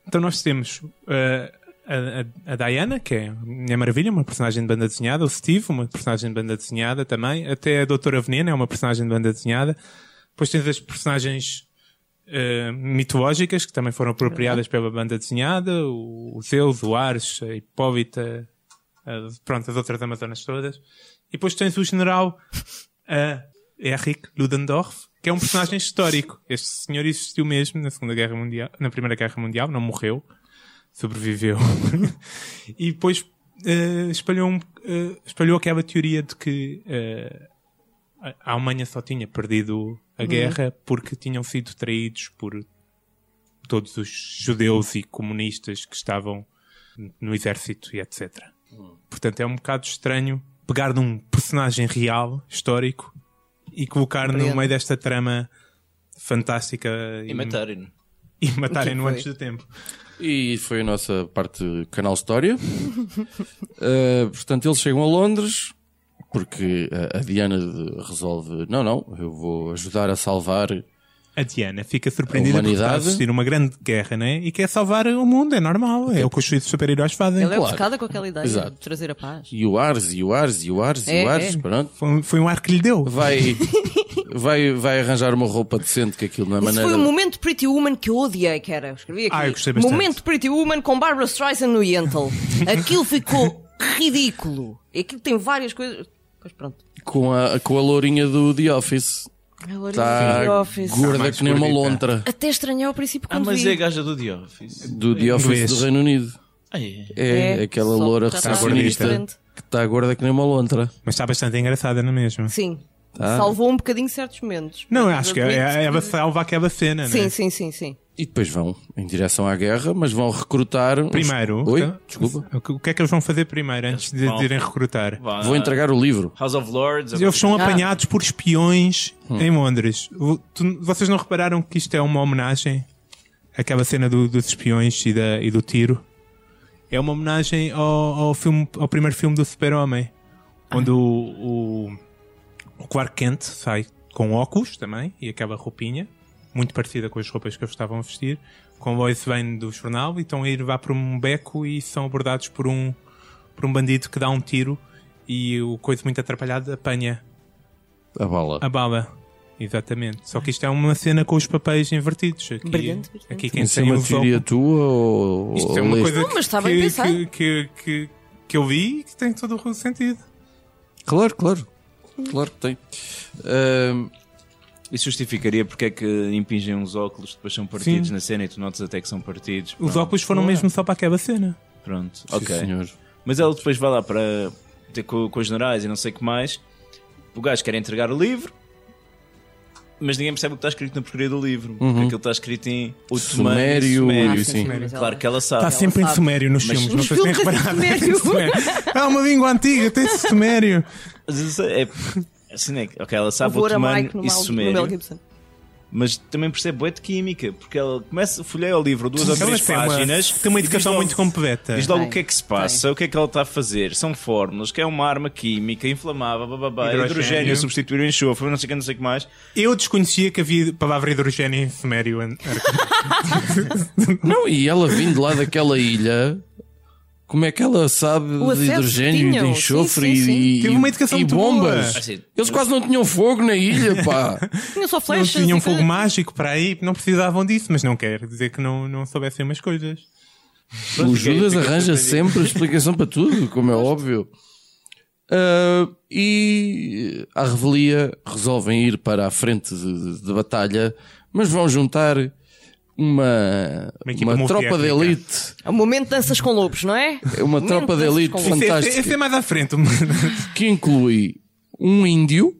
Então nós temos eh, a, a- a Diana, que é a Mulher Maravilha, uma personagem de banda desenhada, o Steve, uma personagem de banda desenhada também, até a Doutora Veneno é uma personagem de banda desenhada. Depois tens as personagens eh, mitológicas, que também foram apropriadas pela banda desenhada, o, o Zeus, o Ares, a Hipólita, a- pronto, as outras Amazonas todas. E depois tens o general a Erich Ludendorff, que é um personagem histórico. Este senhor existiu mesmo na Segunda Guerra Mundial, na Primeira Guerra Mundial, não morreu, sobreviveu. e depois eh, espalhou, um, eh, espalhou aquela teoria de que eh, a- a Alemanha só tinha perdido Uhum. a guerra porque tinham sido traídos por todos os judeus e comunistas que estavam no exército e etc. Portanto, é um bocado estranho pegar num personagem real, histórico, e colocar Compreendo. no meio desta trama fantástica E matarem-no. e matarem-no foi? antes do tempo. E foi a nossa parte canal história. Uh, portanto, eles chegam a Londres porque eh, a- a Diana de- resolve: não, não, eu vou ajudar a salvar. A Diana fica surpreendida A por estar a humanidade. assistir uma grande guerra, né? E quer salvar o mundo, é normal. É o que os filhos de super-heróis fazem. Ela é Claro. obcecada com aquela ideia Exato. de trazer a paz. E o Ars, e o Ars, e o Ars, e É, o Ars. é. Pronto. Foi, foi um ar que lhe deu. Vai, vai, vai arranjar uma roupa decente, que aquilo não é Isso maneira. foi o momento Pretty Woman que eu odiei, que era. Eu escrevi aqui. Ah, eu gostei bastante. Momento Pretty Woman com Barbara Streisand no Yentl. Aquilo ficou ridículo. Aquilo tem várias coisas. Pois pronto. Com, a, com a lourinha do The Office. Tá Está gorda Mais que nem uma gordita. lontra Até estranhei ao princípio Ah, quando mas é a vi. gaja do The Office. do The Office Inglês. do Reino Unido. Ah, é. É, aquela só tá loura que Tá está recepcionista diferente. que está gorda que nem uma lontra. Mas está bastante engraçada, não é mesmo? Sim. Salvou um bocadinho certos momentos. Não, eu Mas acho que admito é, é, é salva aquela cena, Sim, né? sim, sim, sim. E depois vão em direção à guerra, mas vão recrutar. uns- Primeiro, Oi? então, Desculpa. o que- o que é que eles vão fazer primeiro antes de, de irem recrutar? Vá, Vou entregar o livro. House of Lords. Eles são Ah. apanhados por espiões em Londres. O- tu- vocês não repararam que isto é uma homenagem? Aquela cena do- dos espiões e, da- e do tiro. É uma homenagem ao, ao filme- ao primeiro filme do Super-Homem. Onde o, o, o Clark Kent sai com óculos também e aquela roupinha, muito parecida com as roupas que eles estavam a vestir, com o Lois Lane do jornal e estão a ir vá para um beco e são abordados por um, por um bandido que dá um tiro e o coisa muito atrapalhado apanha A bala. a bala. Exatamente. Só que isto é uma cena com os papéis invertidos. Aqui, Brilhante, brilhante. aqui quem Isso é tem uma o teoria jogo- tua ou. Isto é ou uma leste? coisa Não, mas está que, bem que- pensado. que, que, que, que eu vi e que tem todo o sentido. Claro, claro. Claro que tem. Ahm, Isso justificaria porque é que impingem uns óculos, depois são partidos na cena e tu notas até que são partidos. Os Pronto, óculos foram mesmo só para aquela cena. Pronto, sim, ok. senhor. Mas ela depois vai lá para ter co- com, os generais e não sei o que mais. O gajo quer entregar o livro, mas ninguém percebe o que está escrito na porcaria do livro. Porque aquilo está escrito em otomano Uhum. e Sumério, sumério. e sim. Ah, mas ela- Claro que ela sabe. Está Tá sempre em sabe. sumério nos Mas- filmes, não Nos sei se têm filmes é reparado. sumério. É uma língua antiga, tem sumério. Mas isso É, assim, né? Ok, ela sabe Favor a Mike otomano e é no Mal- no Mel sumério, Gibson. mas também percebe bué de química, porque ela começa a folhear o livro duas ou Ela três tem Então, assim, uma- páginas. Tem uma e diz educação logo- muito completa. Diz logo Tem, o que é que se passa, o que é que ela está a fazer. São fórmulas, que é uma arma química inflamável, bababá, Hidrogénio. hidrogénio, substituir o enxofre, não sei o que, não sei o que mais. Eu desconhecia que havia palavra hidrogênio em sumério. an- Não, e ela vindo lá daquela ilha. Como é que ela sabe O de acesso que hidrogênio e de tinham, sim, enxofre sim, sim. e- e, Teve uma educação e muito boa. bombas? Assim, Eles quase não tinham fogo na ilha, pá. Tinha só Não flechas. tinham e fogo coisas. mágico para aí, não precisavam disso, mas não quer dizer que não, não soubessem umas coisas. O Pronto, fiquei- Judas fiquei arranja surpreendido. sempre explicação para tudo, como é óbvio. Ah, e à revelia resolvem ir para a frente de, de- de batalha, mas vão juntar uma, Uma equipa uma, tropa de multiétnica. elite, É o momento de danças com lobos, não é? uma Momento tropa de danças elite com lobos. Esse, fantástica esse- esse é mais à frente. mano. que inclui um índio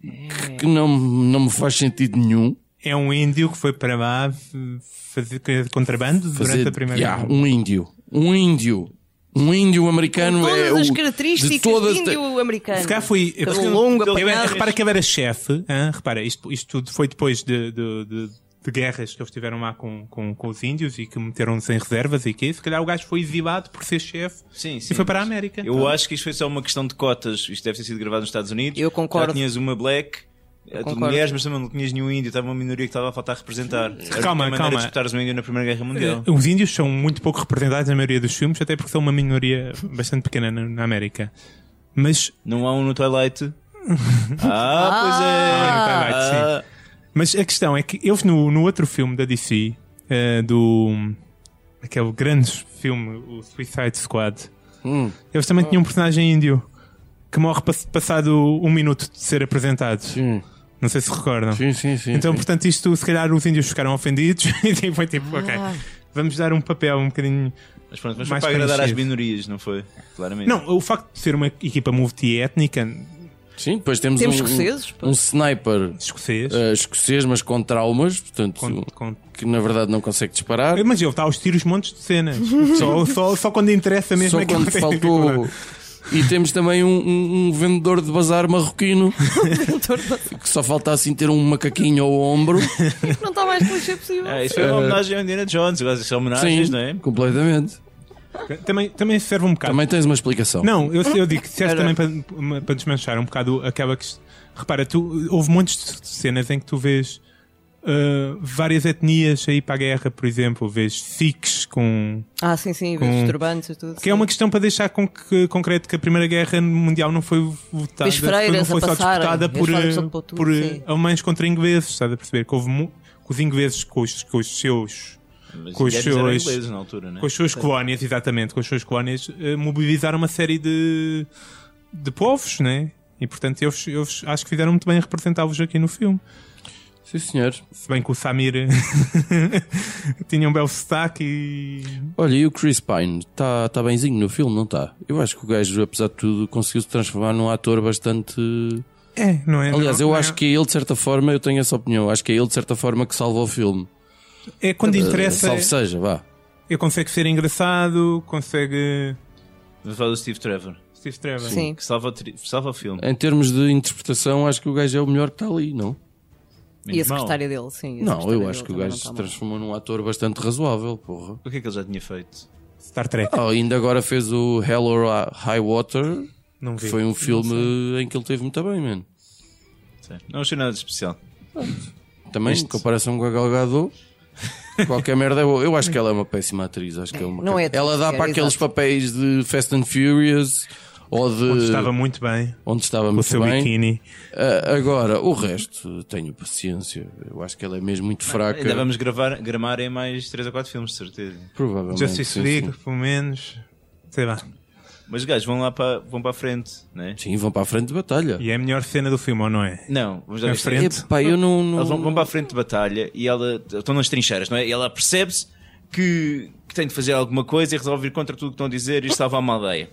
que- que não, não me faz sentido nenhum. É um índio que foi para lá f- fazer que- contrabando fazer- durante a primeira Yeah, guerra. um índio, um índio, um índio americano Com é todas as o- características de todas do índio americano. Se calhar foi. é Cabelo Um longo, Eu- apanhado. repara que ele era chefe. hã? Repara, isto, isto tudo foi depois de, de- de- de guerras que eles tiveram lá com, com, com os índios e que meteram-se em reservas e que se calhar o gajo foi exilado por ser chefe Sim, e sim, foi para a mas América. Então, Eu acho que isto foi só uma questão de cotas. Isto deve ter sido gravado nos Estados Unidos. Eu concordo. Já tinhas uma black. eh, Tu concordo. mulheres, mas também não tinhas nenhum índio, estava uma minoria que estava a faltar representar. Era Calma, a maneira calma. de disputares um índio na Primeira Guerra Mundial. eh, Os índios são muito pouco representados na maioria dos filmes, até porque são uma minoria bastante pequena na, na América. Mas, Não há um no Twilight. Ah, pois é. Ah, no Twilight, sim. Ah, mas a questão é que eles no, no outro filme da DC, eh, do. aquele grande filme, o Suicide Squad, Hum. eles também tinham um personagem índio que morre pass- passado um minuto de ser apresentado. Sim, Não sei se recordam. sim, sim, sim. Então, portanto, isto se calhar os índios ficaram ofendidos e foi tipo, ok, vamos dar um papel um bocadinho mas pronto, mas foi Mais para agradar às parecido. minorias, não foi? Claramente. Não, o facto de ser uma equipa multiétnica Sim, depois temos, Temos um, escoceses, pá. um sniper Escocês. eh, escocês, mas com traumas, portanto, Com- É com- que na verdade não consegue disparar. Mas ele está aos tiros montes de cenas. só, só, só quando interessa mesmo Só é que quando ele tem faltou. dificuldade. E temos também um, um- um vendedor de bazar marroquino Não que só falta assim ter um macaquinho ao ombro. está mais clichê possível. Ah, isso foi Eh, uma homenagem ao Indiana Jones. Agora são homenagens, Sim, não é? completamente. Também, também serve um bocado. Também tens uma explicação. Não, eu, eu digo que serve Era. também para, uma- para desmanchar um bocado aquela que. Repara, tu, houve montes de cenas em que tu vês ah, várias etnias aí para a guerra, por exemplo. Vês Sikhs com. Ah, sim, sim, Com- com... turbantes e tudo. Que é uma questão para deixar com que, concreto que a Primeira Guerra Mundial não foi votada, Vês freiras não foi a só passarem, disputada vês por, freiras eh, a pôr tudo, por eh, sim. alemães contra ingleses, estás a perceber? Que houve mu- que os ingleses com os, com os seus. Mas Com os indianos eram seus- ingleses na altura, não é? Com as suas colónias, exatamente, com as suas colónias, eh, mobilizaram uma série de, de povos, né? E portanto, eles, eles acho que fizeram muito bem a representá-los aqui no filme. Sim, senhor. Se bem que o Samir tinha um belo sotaque e. Olha, e o Chris Pine está tá benzinho no filme, não está? Eu acho que o gajo, apesar de tudo, conseguiu se transformar num ator bastante. É, não é? Aliás, Não- eu não é- acho que é ele, de certa forma, eu tenho essa opinião, acho que é ele, de certa forma, que salva o filme. É quando interessa. Eh, Salve seja, vá. Ele consegue ser engraçado, consegue. Vamos falar do Steve Trevor. Steve Trevor. Sim. Que salva, o tri- salva o filme. É, Em termos de interpretação, acho que o gajo é o melhor que está ali, não? E Meu a irmão, secretária dele, sim. e a Não, secretária eu acho dele que o também gajo não se está mal. transformou num ator bastante razoável, porra. O que é que ele já tinha feito? Star Trek. Ah, ainda agora fez o Hell or High Water, Não que vi. foi um filme em que ele teve muito bem, mano. Sei. Não achei nada de especial. Também, em comparação com a Gal Gadot, qualquer merda é boa. Eu acho que ela é uma péssima atriz. Acho que é uma não é ca- ela dá atriz, para é, aqueles exato. papéis de Fast and Furious ou de Onde estava muito bem. onde estava Com o muito seu bem. biquíni. Ah, agora, o resto, tenho paciência. Eu acho que ela é mesmo muito fraca. Ainda vamos gravar, gramar em mais 3 ou 4 filmes, de certeza. Provavelmente. Justice sim, League, sim. pelo menos. Sei lá. Mas os gajos vão lá para, vão para a frente, não é? Sim, vão para a frente de batalha. E é a melhor cena do filme, ou não é? Não, vamos lá Na ver. frente. Epá, eu não. não... Eles vão, vão para a frente de batalha e ela. Estão nas trincheiras, não é? E ela percebe-se que, que tem de fazer alguma coisa e resolve ir contra tudo o que estão a dizer e salvar uma aldeia.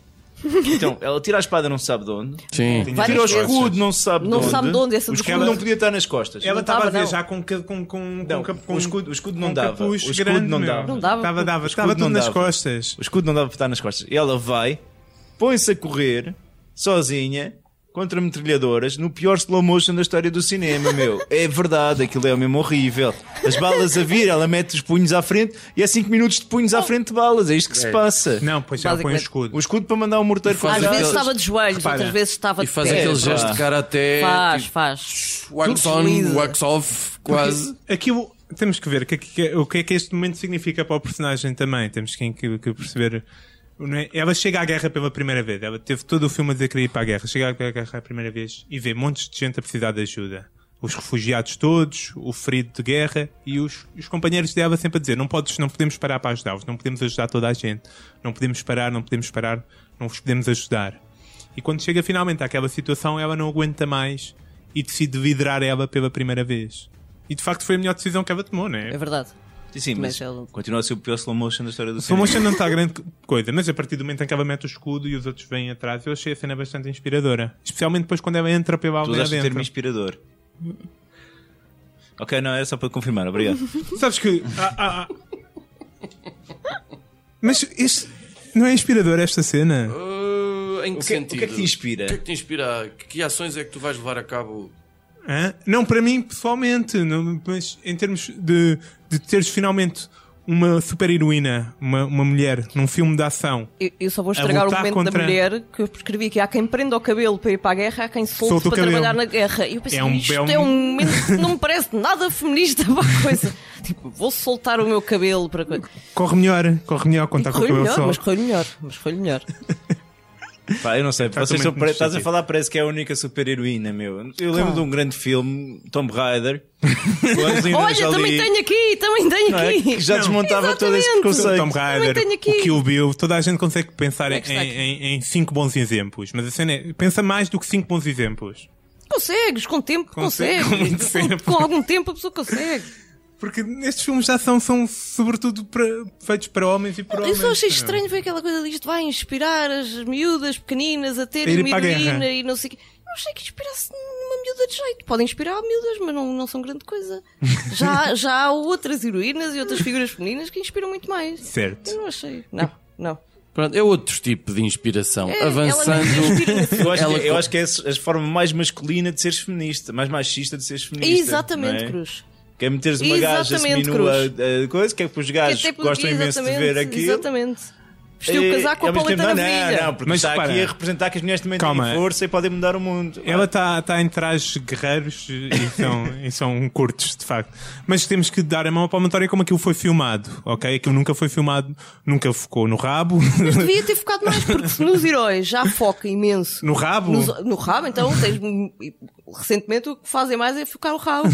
Então, ela tira a espada, não se sabe de onde. Sim. Várias Tira o vezes. escudo, não se sabe Não de onde. sabe de onde, essa O do escudo escudo. não podia estar nas costas. Ela Não estava a tava, não. viajar com, ca- com, com, um Não, com, um o escudo- o escudo não dava. capuz O escudo grande, não meu. dava. Não dava, Estava, porque- dava. O Estava escudo tudo não nas dava. costas. O escudo não dava para estar nas costas. E ela vai, põe-se a correr, sozinha, contra metralhadoras, no pior slow motion da história do cinema, meu. É verdade, aquilo é mesmo horrível. As balas a vir, ela mete os punhos à frente e é 5 minutos de punhos à frente de balas. É isto que se passa. Não, pois já põe o Basicamente. escudo. O um escudo para mandar um morteiro com Faz Às as vezes aqueles- asas. estava de joelhos, Repara. outras vezes estava E de faz pé. aquele pá. gesto de karaté. É, Faz, tipo, faz. Wax Tudo on, desliza. wax off, é quase. Aquilo. Temos que ver o que, é que- o que é que este momento significa para o personagem também. Temos que, que- que perceber. não é? Ela chega à guerra pela primeira vez. Ela teve todo o filme a dizer que queria ir para a guerra. Chega à guerra a primeira vez e vê montes de gente a precisar de ajuda. Os refugiados todos, o ferido de guerra e os, os companheiros dela sempre a dizer: não, podes, não podemos parar para ajudá-los, não podemos ajudar toda a gente, não podemos parar, não podemos parar, não vos podemos ajudar. E quando chega finalmente àquela situação, ela não aguenta mais e decide liderar ela pela primeira vez. E de facto foi a melhor decisão que ela tomou, né? É verdade. Sim, mas Mas ela- continua a ser o pior slow motion da história do Slow cinema. motion não está grande coisa, mas a partir do momento em que ela mete o escudo e os outros vêm atrás, eu achei a cena bastante inspiradora. Especialmente depois quando ela entra Tu pela aldeia usaste o termo é dentro. é inspirador. Ok, não, era só para confirmar, obrigado. é Sabes que. ah, ah, ah. Mas este. Não é inspirador esta cena? Uh, em que O que, o sentido? que é que te inspira? O que é que te inspira? Que, que ações é que tu vais levar a cabo? Hã? Não, para mim, pessoalmente, não- mas em termos de, de teres finalmente uma super heroína, uma, uma mulher, num filme de ação, Eu, eu só vou estragar o lutar momento contra- da mulher que eu prescrevi que há quem prenda o cabelo para ir para a guerra, há quem solte Solta o para cabelo. trabalhar na guerra. E eu pensei, É um isto belo- é um momento que não me parece nada feminista para a coisa. tipo, vou soltar o meu cabelo para coisa. corre melhor, corre melhor quando está Tá com o Correu melhor, cabelo só. mas correu melhor, mas correu melhor. Pá, eu não sei, vocês totalmente são- pare- estás a sentido. falar, parece que é a única super-heroína, meu. Eu lembro de um grande filme, Tomb Raider, com a Angelina Olha, Jolie, também tenho aqui, também tenho não é? aqui. que já desmontava todo esse Exatamente. preconceito. Tom Raider, tenho o aqui. Kill Bill, toda a gente consegue pensar é que em, está aqui? em, em cinco bons exemplos, mas a cena é, pensa mais do que cinco bons exemplos. Consegues, com tempo Consegue, consegues. com muito Com- tempo. com algum tempo a pessoa consegue. Porque nestes filmes de ação são sobretudo para- feitos para homens e para Eu homens. é? só achei estranho ver aquela coisa disto, vai inspirar as miúdas pequeninas a A ir terem uma para a heroína guerra. e não sei o quê. achei que inspirasse numa miúda de jeito. Podem inspirar miúdas, mas não, não são grande coisa. Já, já há outras heroínas e outras figuras femininas que inspiram muito mais. Eu Certo. não achei. Não, não. Pronto, é outro tipo de inspiração. É, Avançando. Ela não inspira Eu acho, Ela que, eu acho que é a forma mais masculina de seres feminista, mais machista de seres feminista. Exatamente, não é? Cruz. Que é meteres uma gaja Exatamente, seminua Cruz. a coisa, que é que os Que gajos até porque- gostam imenso de ver exatamente, aquilo. Exatamente. Vestiu Eh, o casaco com a ao mesmo tempo, paleta na não, virilha. Não, porque Mas está repara- aqui a representar que as mulheres também Calma. têm força e podem mudar o mundo. Ela está tá em trajes guerreiros e e são, e são curtos, de facto. Mas temos que dar a mão à palmatória como aquilo foi filmado, ok? Aquilo nunca foi filmado, nunca focou no rabo. Devia ter focado mais, porque se nos heróis já foca imenso. no rabo? Nos- no rabo, então, tens, recentemente o que fazem mais é focar o rabo.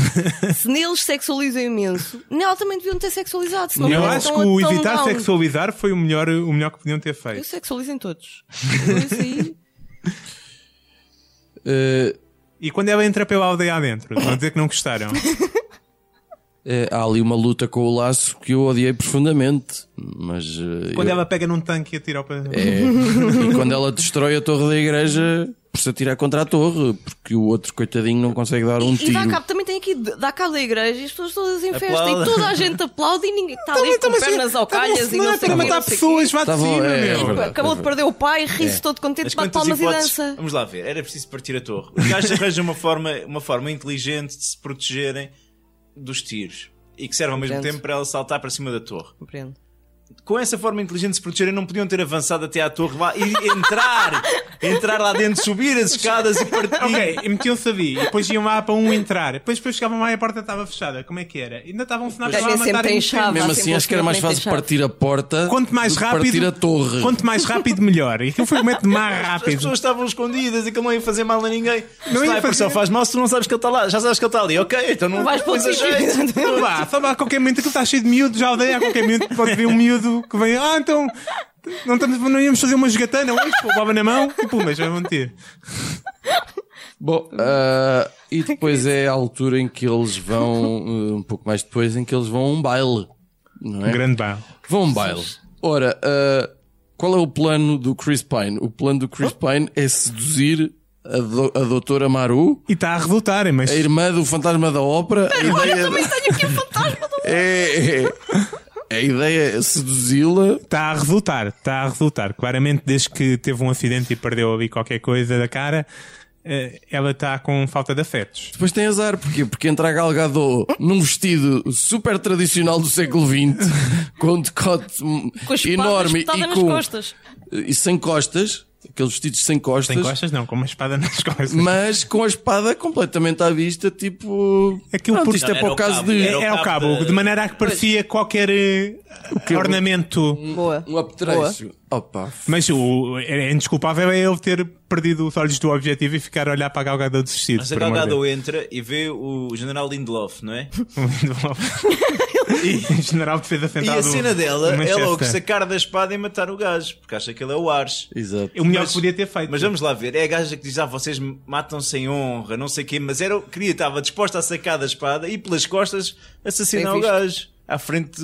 Se neles sexualizam imenso, nela também deviam ter sexualizado. senão Eu não acho estão que o tão evitar down. sexualizar foi o melhor, o melhor que podiam ter Eu feito. sexualizem todos. Então, Isso aí. Eh, E quando ela entra pela aldeia adentro, vão dizer que não gostaram. eh, há ali uma luta com o laço que eu odiei profundamente. Mas. eh, quando eu- ela pega num tanque e atira para. É. E quando ela destrói a torre da igreja por se atirar contra a torre, porque o outro coitadinho não consegue dar um E tiro. dá cabo, também tem aqui, dá cabo da igreja e as pessoas todas em festa Aplaudem. e toda a gente aplaude e ninguém Então, está ali com assim, pernas ao calhas e não sei o para quê, matar não sei o quê. pessoas, vá de Estavam- cima, é, meu. é verdade. Acabou de perder o pai, ri-se todo Mas contente, bate quantas palmas e hipóteses? dança. Vamos lá ver, era preciso partir a torre. Os gajos arranjam uma forma, uma forma inteligente de se protegerem dos tiros e que serve ao mesmo Compreendo. tempo para ela saltar para cima da torre. Compreendo. Com essa forma inteligente de se protegerem, não podiam ter avançado até à torre lá e entrar, entrar lá dentro, subir as escadas e partir. Ok, e metiam-se ali, e depois iam lá para um entrar, depois, depois chegavam lá e a porta estava fechada. Como é que era? Ainda estavam um sinal para Olha, lá nem matar sempre tem em chave. Mesmo Dá assim, sempre acho que era mais um fácil sinal para partir a porta Quanto mais do que rápido. partir a torre. Quanto mais rápido, melhor. E aquilo foi um momento mais As rápido. pessoas estavam escondidas e que ele não ia fazer mal a ninguém. Não Não ia ia fazer- Só faz mal se tu não sabes que ele está lá. Já sabes que ele está ali. Ok, então não, Não vais para o pões a sítio. jeito. Não vá, só vá a qualquer momento, aquilo está cheio de miúdos, já aldeia, a qualquer momento pode vir um miúdo que vem, ah, então não, estamos, não íamos fazer uma jogatana hoje, pô, baba na mão e pum, mas vai manter. Bom, ah, e depois é a altura em que eles vão, eh, um pouco mais depois, em que eles vão a um baile. Não é? Grande bar. Vão a um baile. Ora, ah, qual é o plano do Chris Pine? O plano do Chris Pine é seduzir a, do, a doutora Maru, E está a resultarem, mas a irmã do fantasma da ópera. A ideia, Também tenho um aqui o fantasma do é, é- a ideia é seduzi-la está a resultar, está a resultar. Claramente, desde que teve um acidente e perdeu ali qualquer coisa da cara, eh, ela está com falta de afetos. Depois tem azar, porquê? Porque entra a Gal Gadot num vestido super tradicional do século XX, com um decote hum, com a espada enorme espetada e, nas com- costas. e sem costas, aqueles vestidos sem costas, Sem costas, não, com uma espada nas costas. mas com a espada completamente à vista, tipo. Aquilo pronto, por- isto é Não, para era o o caso cabo, de era Era o cabo, de maneira a que parecia qualquer eh, ornamento. Boa. um apetrecho. Opa, Mas o, é é indesculpável é ele ter perdido os olhos do objetivo e ficar a olhar para a galgada do descido. Mas a por amor de Galgado entra e vê o General Lindelof, não é? Deus. E o General de Defesa E Central. a do- cena dela do é Manchester. logo sacar da espada e matar o gajo, porque acha que ele é o Ars. exato. O melhor Mas- que podia ter feito. Mas vamos lá ver, é a gaja que diz: Ah, vocês me matam sem honra, não sei o quê, mas era, queria, estava disposta a sacar da espada e pelas costas assassinar o Bem visto. gajo à frente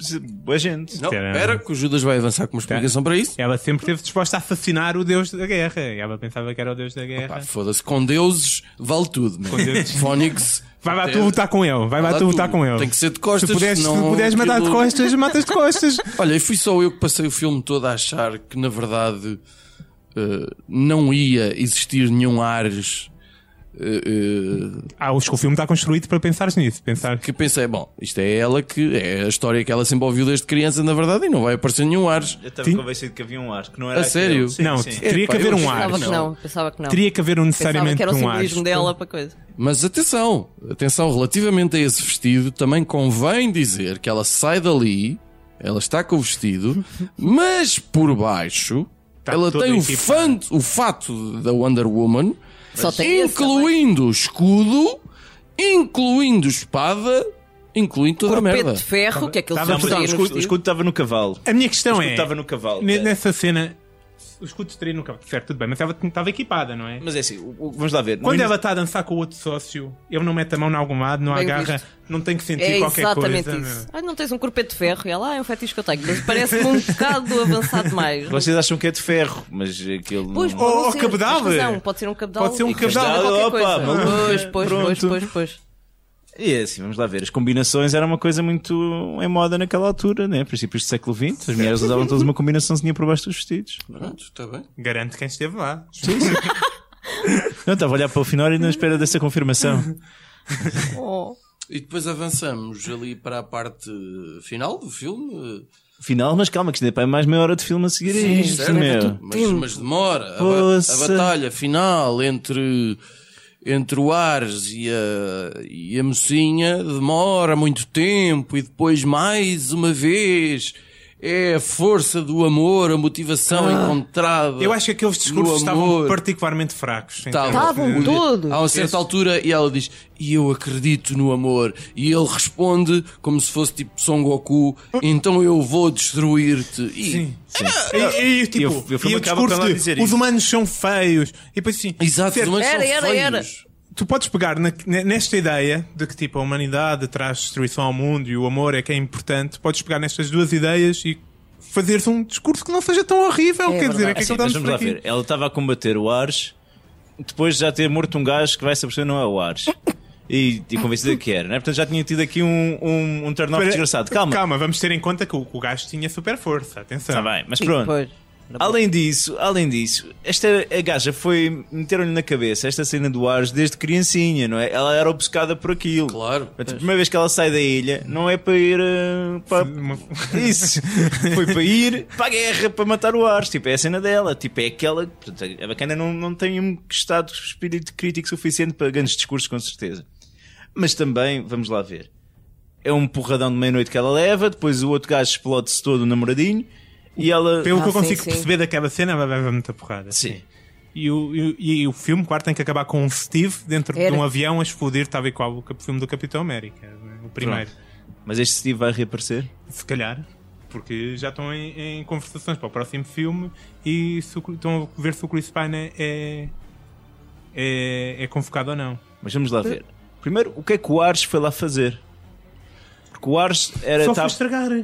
de boa gente. Não, Caramba. espera, que o Judas vai avançar com uma explicação para isso. Ela sempre esteve disposta a assassinar o deus da guerra. E ela pensava que era o deus da guerra. Pá, foda-se, com deuses vale tudo, mano. deuses. Fónix. Vai lá tu lutar com ele. Vai lá Dá tu lutar tu. com ele. Tem que ser de costas, Se puderes, se senão puderes matar de aquilo- costas, matas de costas. Olha, e fui só eu que passei o filme todo a achar que na verdade eh, não ia existir nenhum Ares. eh, eh, Ah, acho que o filme está construído para pensares nisso. Pensar que pensei, bom, isto é ela que é a história que ela sempre ouviu desde criança, na verdade, e não vai aparecer nenhum Ares. Eu estava Tinha- convencido que havia um Ars, que não era A aquele. sério? Sim, não, sim. teria Epá, que haver eu um ar. achava Pensava que não, pensava que não. Teria que haver um Pensava necessariamente que era o um ar. simbolismo dela para coisa. Mas atenção, atenção, relativamente a esse vestido, também convém dizer que ela sai dali, ela está com o vestido, mas por baixo Está ela toda tem o, equipada. fan- o fato da Wonder Woman, Só tem esse é incluindo escudo, incluindo espada, incluindo toda a merda. Peto de Tá ferro, o que é que ele Tava- Não, mas fazia o no escudo, o vestido? escudo estava no cavalo. A minha questão O é. escudo estava no cavalo. Ne- cara. Nessa cena, os escudos de treino nunca. Certo, tudo bem, mas ela t- estava equipada, não é? Uhum. Mas é assim, o- o- vamos lá ver. No Quando ini- ela está a dançar com o outro sócio, ele não mete a mão em algum lado, não Bem agarra, visto. não tem que sentir É qualquer exatamente coisa. isso. meu. Ah, não tens um corpete de ferro? E ela, ah, é um fetiche que eu tenho, mas parece-me um bocado avançado demais. Vocês acham que é de ferro, mas aquilo. Pois, não... pode Ou- ou ser, Oh, cabedal. tens razão, Pode ser um cabedal. Pode ser um e qualquer cabedal. coisa, qualquer Opa, coisa. maluco. Pois, pois, pois, Pronto. pois, pois. E é assim, vamos lá ver. As combinações era uma coisa muito em moda naquela altura, né? Princípios do século XX. As mulheres usavam todas uma combinaçãozinha por baixo dos vestidos. Pronto, está bem. Garanto quem esteve lá. Não, estava a olhar para o final e na espera dessa confirmação. Oh. E depois avançamos ali para a parte final do filme. Final, mas calma, que isto ainda é para mais meia hora de filme a seguir a isto, certo? meu. Mas, mas demora. A, ba- Poça. a batalha final entre, entre o Ares e a, e a mocinha demora muito tempo e depois, mais uma vez, é a força do amor, a motivação encontrada. Ah. Eu acho que aqueles no discursos estavam amor. particularmente fracos. em Estavam. Estavam termos de- todos. Então, Há uma certa altura e ela diz: E eu acredito no amor. E ele responde como se fosse tipo Son Goku: Então eu vou destruir-te. E, Tá. E, e, tipo, Eu- eu fui e o uma cabra discurso para lá de, dizer os isso. humanos são feios. E depois assim, Exato, certo, os humanos Era, são era, era. feios. tu podes pegar na- ne- nesta ideia de que tipo a humanidade traz destruição ao mundo e o amor é que é importante. Podes pegar nestas duas ideias e fazeres um discurso que não seja tão horrível. É quer dizer, verdade. é que Assim, aquilo mas dá-nos vamos lá para ver. aqui. Ela estava a combater o Ares, depois de já ter morto um gajo que vai saber que não é o Ares. E, e convencida que era, né? Portanto, já tinha tido aqui um, um, um turn-off Espera, desgraçado. Calma, Calma, vamos ter em conta que o, que o gajo tinha super força. Atenção. Está bem, mas pronto. Pois. Além disso, além disso, esta a gaja foi meteram-lhe na cabeça esta cena do Ares desde criancinha, não é? Ela era obcecada por aquilo. Claro. Mas a primeira vez que ela sai da ilha não é para ir eh, para Uma- isso. Foi para ir para a guerra, para matar o Ares. Tipo, é a cena dela. Tipo, é aquela. Portanto, a bacana não, não tem um estado de espírito crítico suficiente para grandes discursos, com certeza. Mas também, vamos lá ver. É um porradão de meia-noite que ela leva, depois o outro gajo explode-se todo o namoradinho e ela. Pelo Ah, que eu sim, consigo sim. perceber daquela cena, ela leva muita porrada. Sim. E o, e, o- e o filme, claro, tem que acabar com um Steve dentro Era. de um avião a explodir, tal e qual o cap- filme do Capitão América, né? o primeiro. Mas este Steve vai reaparecer? Se calhar, porque já estão em, em conversações para o próximo filme e se o Cri- estão a ver se o Chris Pine é, é, é convocado ou não. Mas vamos lá ver. Primeiro, o que é que o Ares foi lá fazer? Porque o Ares era. Só tava- foi estragar.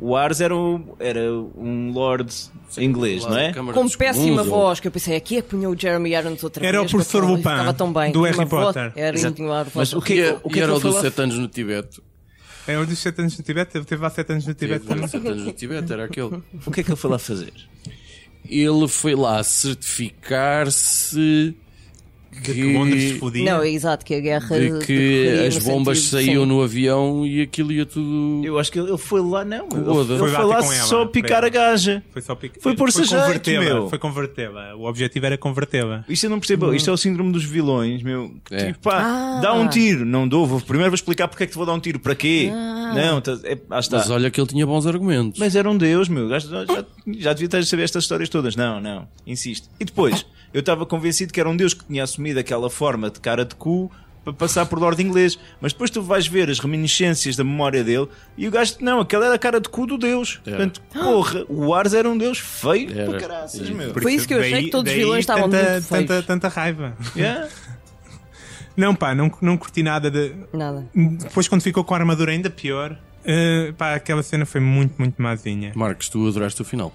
O Ares era, o- era um lord inglês, Lá não da é? Câmara Com dos péssima Comuns, voz, que eu pensei, aqui é que punha o Jeremy Irons outra Era vez. o professor porque ele Lupin, Estava tão bem. do Tinha Harry uma voz- Potter. Era Exato. intimado. Mas o ou- E, que é que- o e que é que era ele o foi dos lá? sete anos no Tibete. É um dos sete anos no Tibete, teve- teve há sete anos no Tibete Teve também. sete anos no Tibete, era aquele. O que é que ele foi lá fazer? Ele foi lá certificar-se que, Que Londres se fodia. Não, é exato, que a guerra. de que decorria as no bombas sentido- saíam sim. no avião e aquilo ia tudo. Eu acho que ele ele foi lá, não. Ele, Boda. ele Foi foi, lá ter lá com ela, só para picar ela. a gaja. Foi só pic... Foi pôr-se a jeito, meu. convertê-la. Foi convertê-la. O objetivo era convertê-la. Isto eu não percebo. Uhum. Isto é o síndrome dos vilões, meu. Que É. Tipo, pá, Ah. dá um tiro. Não dou. Vou, primeiro vou explicar porque é que te vou dar um tiro. Para quê? Não, tá, é, ah, está. Mas Mas, olha que ele tinha bons argumentos. era um deus, meu. Já, já, já devia ter de saber estas histórias todas. Não, não. Insisto. E depois, eu estava convencido que era um deus que tinha assumido aquela forma de cara de cu para passar por Lorde Inglês. Mas depois tu vais ver as reminiscências da memória dele e o gajo, não, aquela era a cara de cu do deus. Portanto, porra, o Ars era um deus feio Era. para caraças, meu. Por Foi isso que eu achei, que todos os vilões estavam tanta, muito feios. tanta, tanta raiva. Yeah. Não, pá, não, não curti nada de. Nada. Depois, quando ficou com a armadura, ainda pior. Eh, pá, aquela cena foi muito, muito mazinha. Marcos, tu adoraste o final.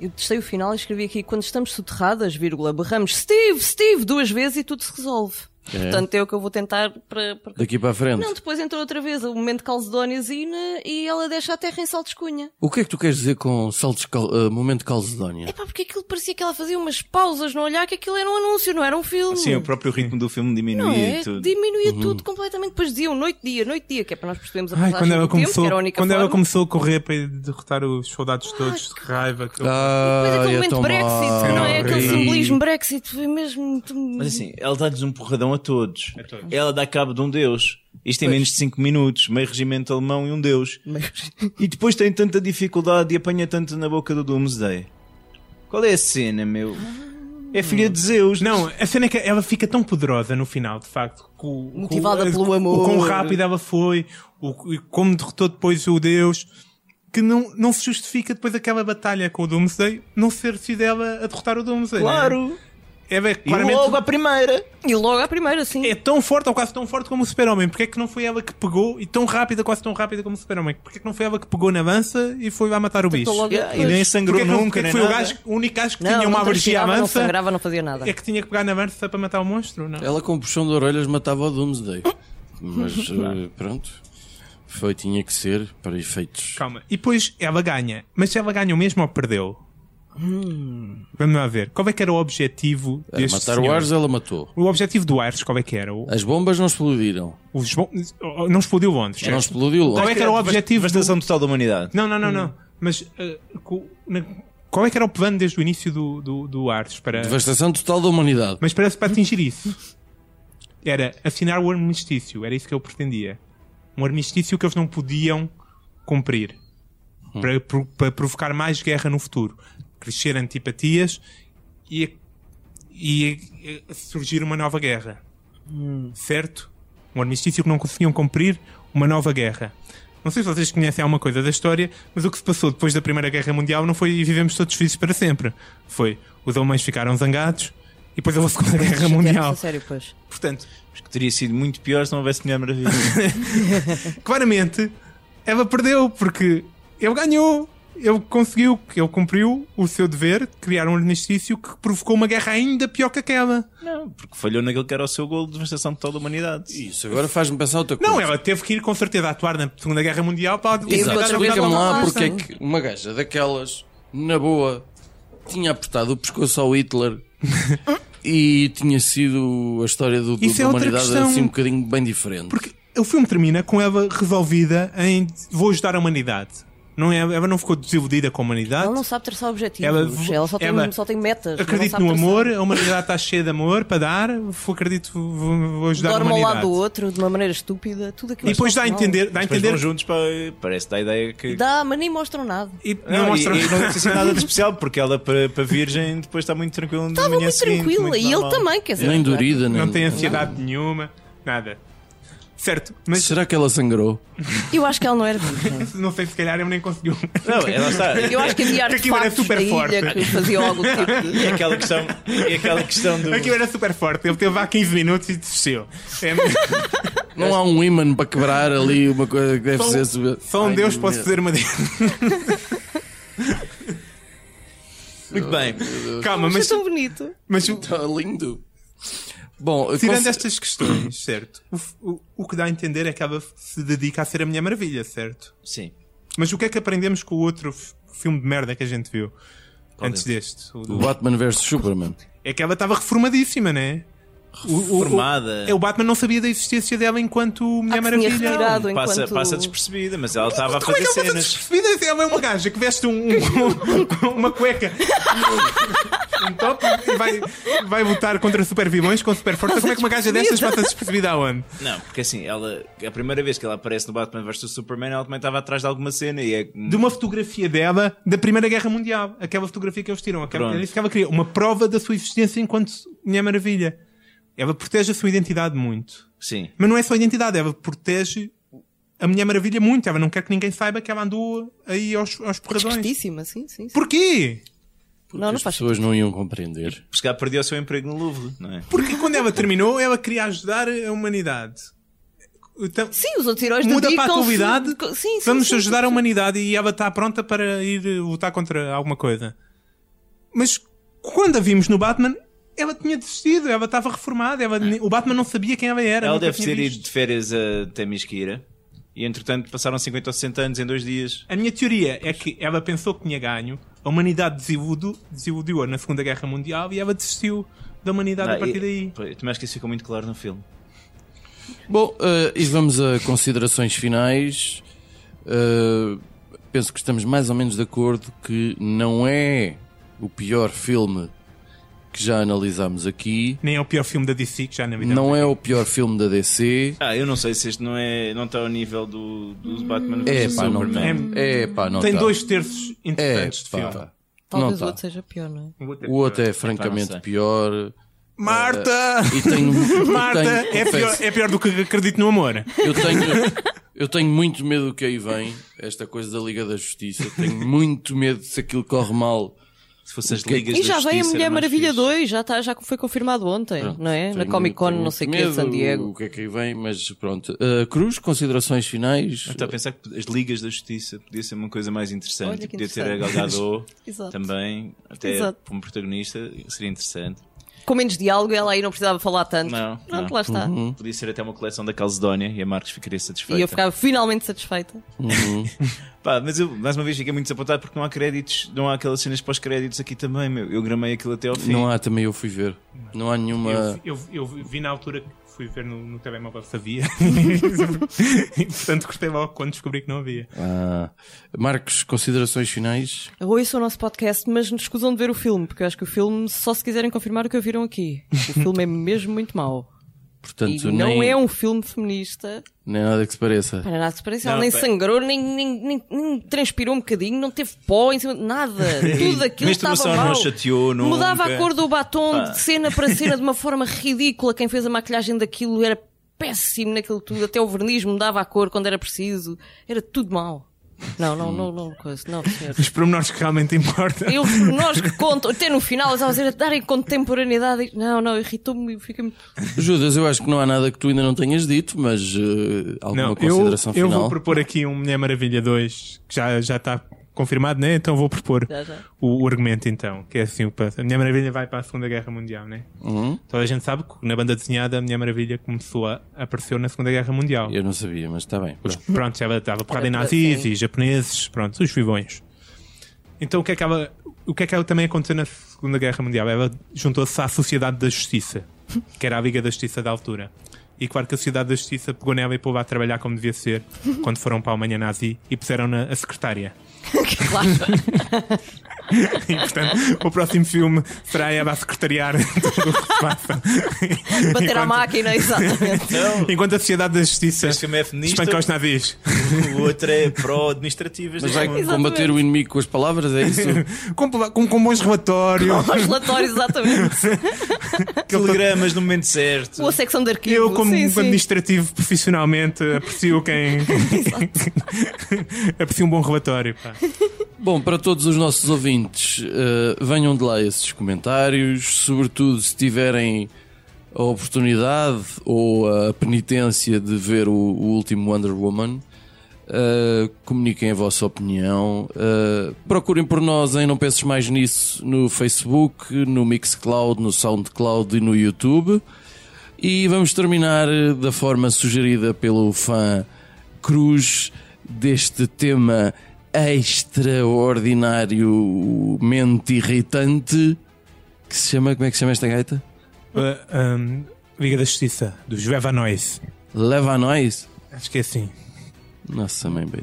Eu testei o final e escrevi aqui: quando estamos soterradas, vírgula, barramos Steve, Steve, duas vezes e tudo se resolve. Portanto, é o que eu vou tentar para. para- Daqui para a frente. Não, depois entrou outra vez o momento de Calcedónia Zina e ela deixa a terra em saltos cunha. O que é que tu queres dizer com saltos cal... ah, momento Calcedónia? Epá, porque aquilo parecia que ela fazia umas pausas no olhar, que aquilo era um anúncio, não era um filme. Sim, o próprio ritmo do filme Não diminuía é? e tudo. Diminuía tudo completamente. Depois diziam noite, dia, noite, dia, que é para nós percebermos a Uhum. Ai, passagem quando ela do tempo, começou, que era a única quando ela forma. começou a correr para ir derrotar os soldados todos, de raiva. que eu- Ah, Depois aquele é momento tão Brexit, mau. não é? Aquele Sim. simbolismo Brexit foi mesmo. Mas assim, ela dá-lhes um porradão a todos. todos. Ela dá cabo de um deus. Isto tem menos de 5 minutos. Meio regimento alemão e um deus. E depois tem tanta dificuldade e apanha tanto na boca do Doomsday. Qual é a cena, meu? É filha de Zeus. Não, a cena é que ela fica tão poderosa no final, de facto. Com, Motivada pelo O amor. quão rápida ela foi, o, e como derrotou depois o Deus. que não, não se justifica depois aquela batalha com o Doomsday não ser sido ela a derrotar o Doomsday. não é? Claro! É, bem, E logo claramente a primeira! E logo à primeira, sim. é tão forte ou quase tão forte como o Super-Homem. Porquê é que não foi ela que pegou e tão rápida, quase tão rápida como o Super-Homem? Porquê é que não foi ela que pegou na lança e foi lá matar o bicho? Estou logo Yeah, e depois. nem Porquê sangrou é que não- nunca, porquê é nem que foi o, nada. gajo, o único gajo que Não, tinha não uma abergia à transpirava, não mansa sangrava, né? não fazia nada. é que tinha que pegar na mansa para matar o monstro, não? Ela com um puxão de orelhas matava o Doomsday. Mas eh, pronto. Foi, tinha que ser para efeitos. Calma. E depois ela ganha. Mas ela ganhou mesmo ou perdeu? Hum. Vamos lá ver. Qual é que era o objetivo Era deste matar senhor? o Ars, ela matou. O objetivo do Ares, qual é que era? O, As bombas não explodiram. os bom- Não explodiu Londres. Não certo? explodiu Qual é longe. que era o objetivo? do- Devastação total da humanidade. Não, não, não, não. Mas eh, co- na- qual é que era o plano desde o início do, do, do Ares? Para... Devastação total da humanidade. Mas parece para atingir isso. Era assinar o armistício, era isso que eu pretendia. Um armistício que eles não podiam cumprir. Para, pro- para provocar mais guerra no futuro. Crescer antipatias e, e, e surgir uma nova guerra. Certo? Um armistício que não conseguiam cumprir, uma nova guerra. Não sei se vocês conhecem alguma coisa da história, mas o que se passou depois da Primeira Guerra Mundial não foi vivemos todos felizes para sempre. Foi os alemães ficaram zangados e depois houve a Segunda Guerra Isso é Mundial. sério, pois. Portanto, Mas que teria sido muito pior se não houvesse Mulher Maravilha. claramente ela perdeu porque ele ganhou ele conseguiu, ele cumpriu o seu dever de criar um armistício que provocou uma guerra ainda pior que aquela não, porque falhou naquele que era o seu golo de devastação total da humanidade. Isso agora faz-me pensar outra coisa. não, ela teve que ir com certeza atuar na Segunda Guerra Mundial para Exato, para- explica-me lá Não, porque é não. que uma gaja daquelas, na boa, tinha apertado o pescoço ao Hitler e tinha sido a história do, do- Isso é da outra humanidade questão. assim um bocadinho bem diferente. Porque o filme termina com ela resolvida em vou ajudar a humanidade. Não é, ela não ficou desiludida com a humanidade. Ela não sabe traçar objetivos. Ela- Ela, só, tem, ela- só tem metas. acredito não sabe no traçar. amor, a humanidade está cheia de amor para dar. Vou, acredito, vou, vou ajudar Dorme a ao humanidade. lado do outro de uma maneira estúpida. Tudo aquilo é E depois que dá a mostram. entender, dá a Depois vão entender. juntos para. Parece da ideia que. Dá, mas nem mostram nada. E não, Não, e- mostra- e não disse assim nada de especial, porque ela para, para virgem depois está muito tranquila no Estava manhã muito seguinte, tranquila. muito E ele normal. também, quer dizer. nem dorida, nem. não tem ansiedade nenhuma, nada. Certo, mas Será que ela sangrou? Eu acho que ela não era virgem. não sei se calhar ele nem conseguiu. Não, ela está. Eu acho que havia Que aquilo era artefactos super da ilha forte. que faziam algo tipo de... E é aquela questão, e aquela questão do. Aquilo era super forte. Ele teve há 15 minutos e desistiu. É, Não há um imã para quebrar ali uma coisa que deve ser. só, sobre- só um Ai, Deus meu pode fazer uma. é- Muito bem. Calma, Mas mas, é tão bonito. mas o- Está Tá lindo. Bom, eu Tirando conce- estas questões, certo? O, f- o, o que dá a entender é que ela se dedica a ser a Mulher Maravilha, certo? Sim. Mas o que é que aprendemos com o outro f- filme de merda que a gente viu antes deste? O do- o Batman vs Superman. É que ela estava reformadíssima, né? O- o- o- Formada. é, O, Batman não sabia da existência dela enquanto Ah, Mulher que tinha Maravilha. retirado. Não, passa, enquanto- passa despercebida, mas ela estava a Como é fazer que ela passa cenas. despercebida? Ela é uma gaja que veste um, um- uma cueca. Um top e vai, vai lutar contra super vilões com super força. Como é que uma gaja destas passa despercebida aonde? Não, porque assim, ela, a primeira vez que ela aparece no Batman vs Superman, ela também estava atrás de alguma cena e é. de uma fotografia dela da Primeira Guerra Mundial. Aquela fotografia que eles tiram. Aquela, Pronto. era isso que ela queria. Uma prova da sua existência enquanto Mulher Maravilha. Ela protege a sua identidade muito. Sim. Mas não é só a identidade, ela protege a Mulher Maravilha muito. Ela não quer que ninguém saiba que ela andou aí aos, aos porradões. Despertíssima, sim, sim. sim. Porquê? Não, não As faz pessoas não iam compreender. Porque se calhar perdeu o seu emprego no Louvre, não é? Porque quando ela terminou, ela queria ajudar a humanidade. Então, Sim, os outros heróis Muda para a dedicam-se- atualidade. Sim, sim. Vamos sim, ajudar sim. a humanidade e ela está pronta para ir eh, lutar contra alguma coisa. Mas quando a vimos no Batman, ela tinha desistido, ela estava reformada, ela- o Batman não sabia quem ela era. É. Ela nunca deve tinha ter ido visto. de férias a Temisquira e entretanto passaram 50 ou 60 anos em dois dias. A minha teoria é que ela pensou que tinha ganho, a humanidade desiludiu, desiludiu-a na Segunda Guerra Mundial e ela desistiu da humanidade a Não, partir Ah, e- daí. pô, Eu também acho que isso ficou muito claro no filme. Bom, eh, e vamos a considerações finais. Eh, penso que estamos mais ou menos de acordo que não é o pior filme que já analisámos aqui, Nem é o pior filme da DC que já na vida. não é o pior filme da DC. Ah, eu não sei se este não é não está ao nível do, do Batman vs É pá, não Superman. tem. É pá, não Tem tá. dois terços É interessantes de filme. pá. Não Talvez o tá. outro seja pior, não Um é? O outro é francamente sei. pior. Marta! E tenho. Marta! uh, tenho- é, pior, confesso, é pior do que acredito no amor. Eu tenho. Eu tenho muito medo do que aí vem, esta coisa da Liga da Justiça. Tenho muito medo se aquilo corre mal. Se fosse as ligas E da já veio a Justiça, era Mulher mais Maravilha fixe. 2, já, tá, já foi confirmado ontem, Pronto, não é? Na tenho Comic Con, muito, não sei o muito quê, de San medo Diego. O que é que aí vem, mas pronto. Uh, Cruz, considerações finais. Eu estava a pensar que as ligas da justiça podia ser uma coisa mais interessante. Olha que podia ter a Gal interessante. Gadot Exato. também, até Exato. como protagonista, seria interessante. Com menos diálogo, ela aí não precisava falar tanto. Não, Pronto, não. Uhum. lá está. Hum? Podia ser até uma coleção da Calcedónia e a Marcos ficaria satisfeita. E eu ficava finalmente satisfeita. Pá, mas eu, mais uma vez, fiquei muito desapontado porque não há créditos, não há aquelas cenas pós-créditos aqui também, meu. Eu gramei aquilo até ao fim. Não há, também eu fui ver. Não há nenhuma. Eu, eu, eu vi na altura que fui ver no, no telemóvel se havia. e, portanto, gostei logo quando descobri que não havia. Ah, Marcos, considerações finais? Ouçam o nosso podcast, mas nos escusam de ver o filme, porque eu acho que o filme, só se quiserem confirmar o que ouviram aqui. O filme é mesmo muito mau. E Portanto, não nem, é um filme feminista. nem nada que se pareça. Para nada de parecer, ela Não, nem pá. sangrou, nem, nem, nem, nem transpirou um bocadinho, não teve pó em cima de nada. Tudo aquilo Masturbação estava mal. não chateou nunca. Mudava a cor do batom Pá. de cena para cena de uma forma ridícula. Quem fez a maquilhagem daquilo era péssimo naquilo tudo. Até o verniz mudava a cor quando era preciso. Era tudo mau. Não, não, não, não, coisa. Não, senhor. Os pormenores que realmente importam. E os pormenores que contam, até no final, eles estavam a dizer, darem contemporaneidade. Não, não, irritou-me e fica-me. Judas, eu acho que não há nada que tu ainda não tenhas dito, mas eh, alguma Não, eu, consideração eu final? vou propor aqui um Mulher Maravilha 2 que já, já está confirmado, né? Então vou propor Já, já. O, o argumento, então, que é assim: o pa- a Mulher Maravilha vai para a Segunda Guerra Mundial, né? Uhum. Toda a gente sabe que na banda desenhada a Mulher Maravilha começou a aparecer na Segunda Guerra Mundial. Eu não sabia, mas está bem. Os- pronto, já estava porrada em Sim. nazis e japoneses, pronto, os vivões. Então o que é que ela, o que é que ela também aconteceu na Segunda Guerra Mundial? Ela juntou-se à Sociedade da Justiça, que era a Liga da Justiça da altura. E claro que a Sociedade da Justiça pegou nela e pôs-la a trabalhar como devia ser, quando foram para a Alemanha nazi e puseram-na a secretária. Claro. E portanto, o próximo filme será ela a secretariar tudo o que se passa. Bater à Enquanto- máquina, exatamente. Então, Enquanto a Sociedade da Justiça Este filme é feminista, espanca os nazis. o outro é pró-administrativas. Mas vai Não, é? combater o inimigo com as palavras, é isso? Com, com, com bons relatórios. Os relatórios, exatamente. telegramas no momento certo. Ou a secção de arquivo. Eu, como um sim, sim. administrativo profissionalmente, aprecio quem. aprecio um bom relatório. pá. Bom, para todos os nossos ouvintes, eh, venham de lá esses comentários, sobretudo se tiverem a oportunidade ou a penitência de ver o, o último Wonder Woman. eh, comuniquem a vossa opinião. eh, procurem por nós em Não Penses Mais Nisso no Facebook, no Mixcloud, no Soundcloud e no YouTube. E vamos terminar eh, da forma sugerida pelo fã Cruz deste tema extraordinariamente irritante que se chama, como é que se chama esta gaita? Uh, um, Liga da Justiça, dos Vevanois. Leva a nós. Acho que é assim. Nossa mãe, bem.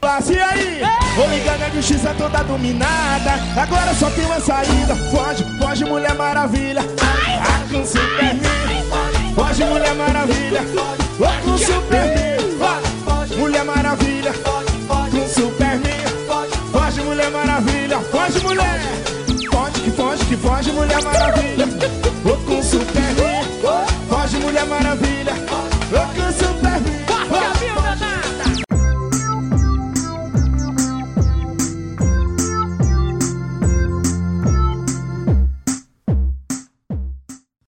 Classe aí, vou ligar minha justiça toda dominada. Agora só tem uma saída. Foge, foge, mulher maravilha. Vai com Superman. Foge, mulher maravilha. Vai com Superman. Mulher maravilha. Com Superman. Foge, mulher maravilha. Foge, mulher. Foge que foge que foge, mulher maravilha.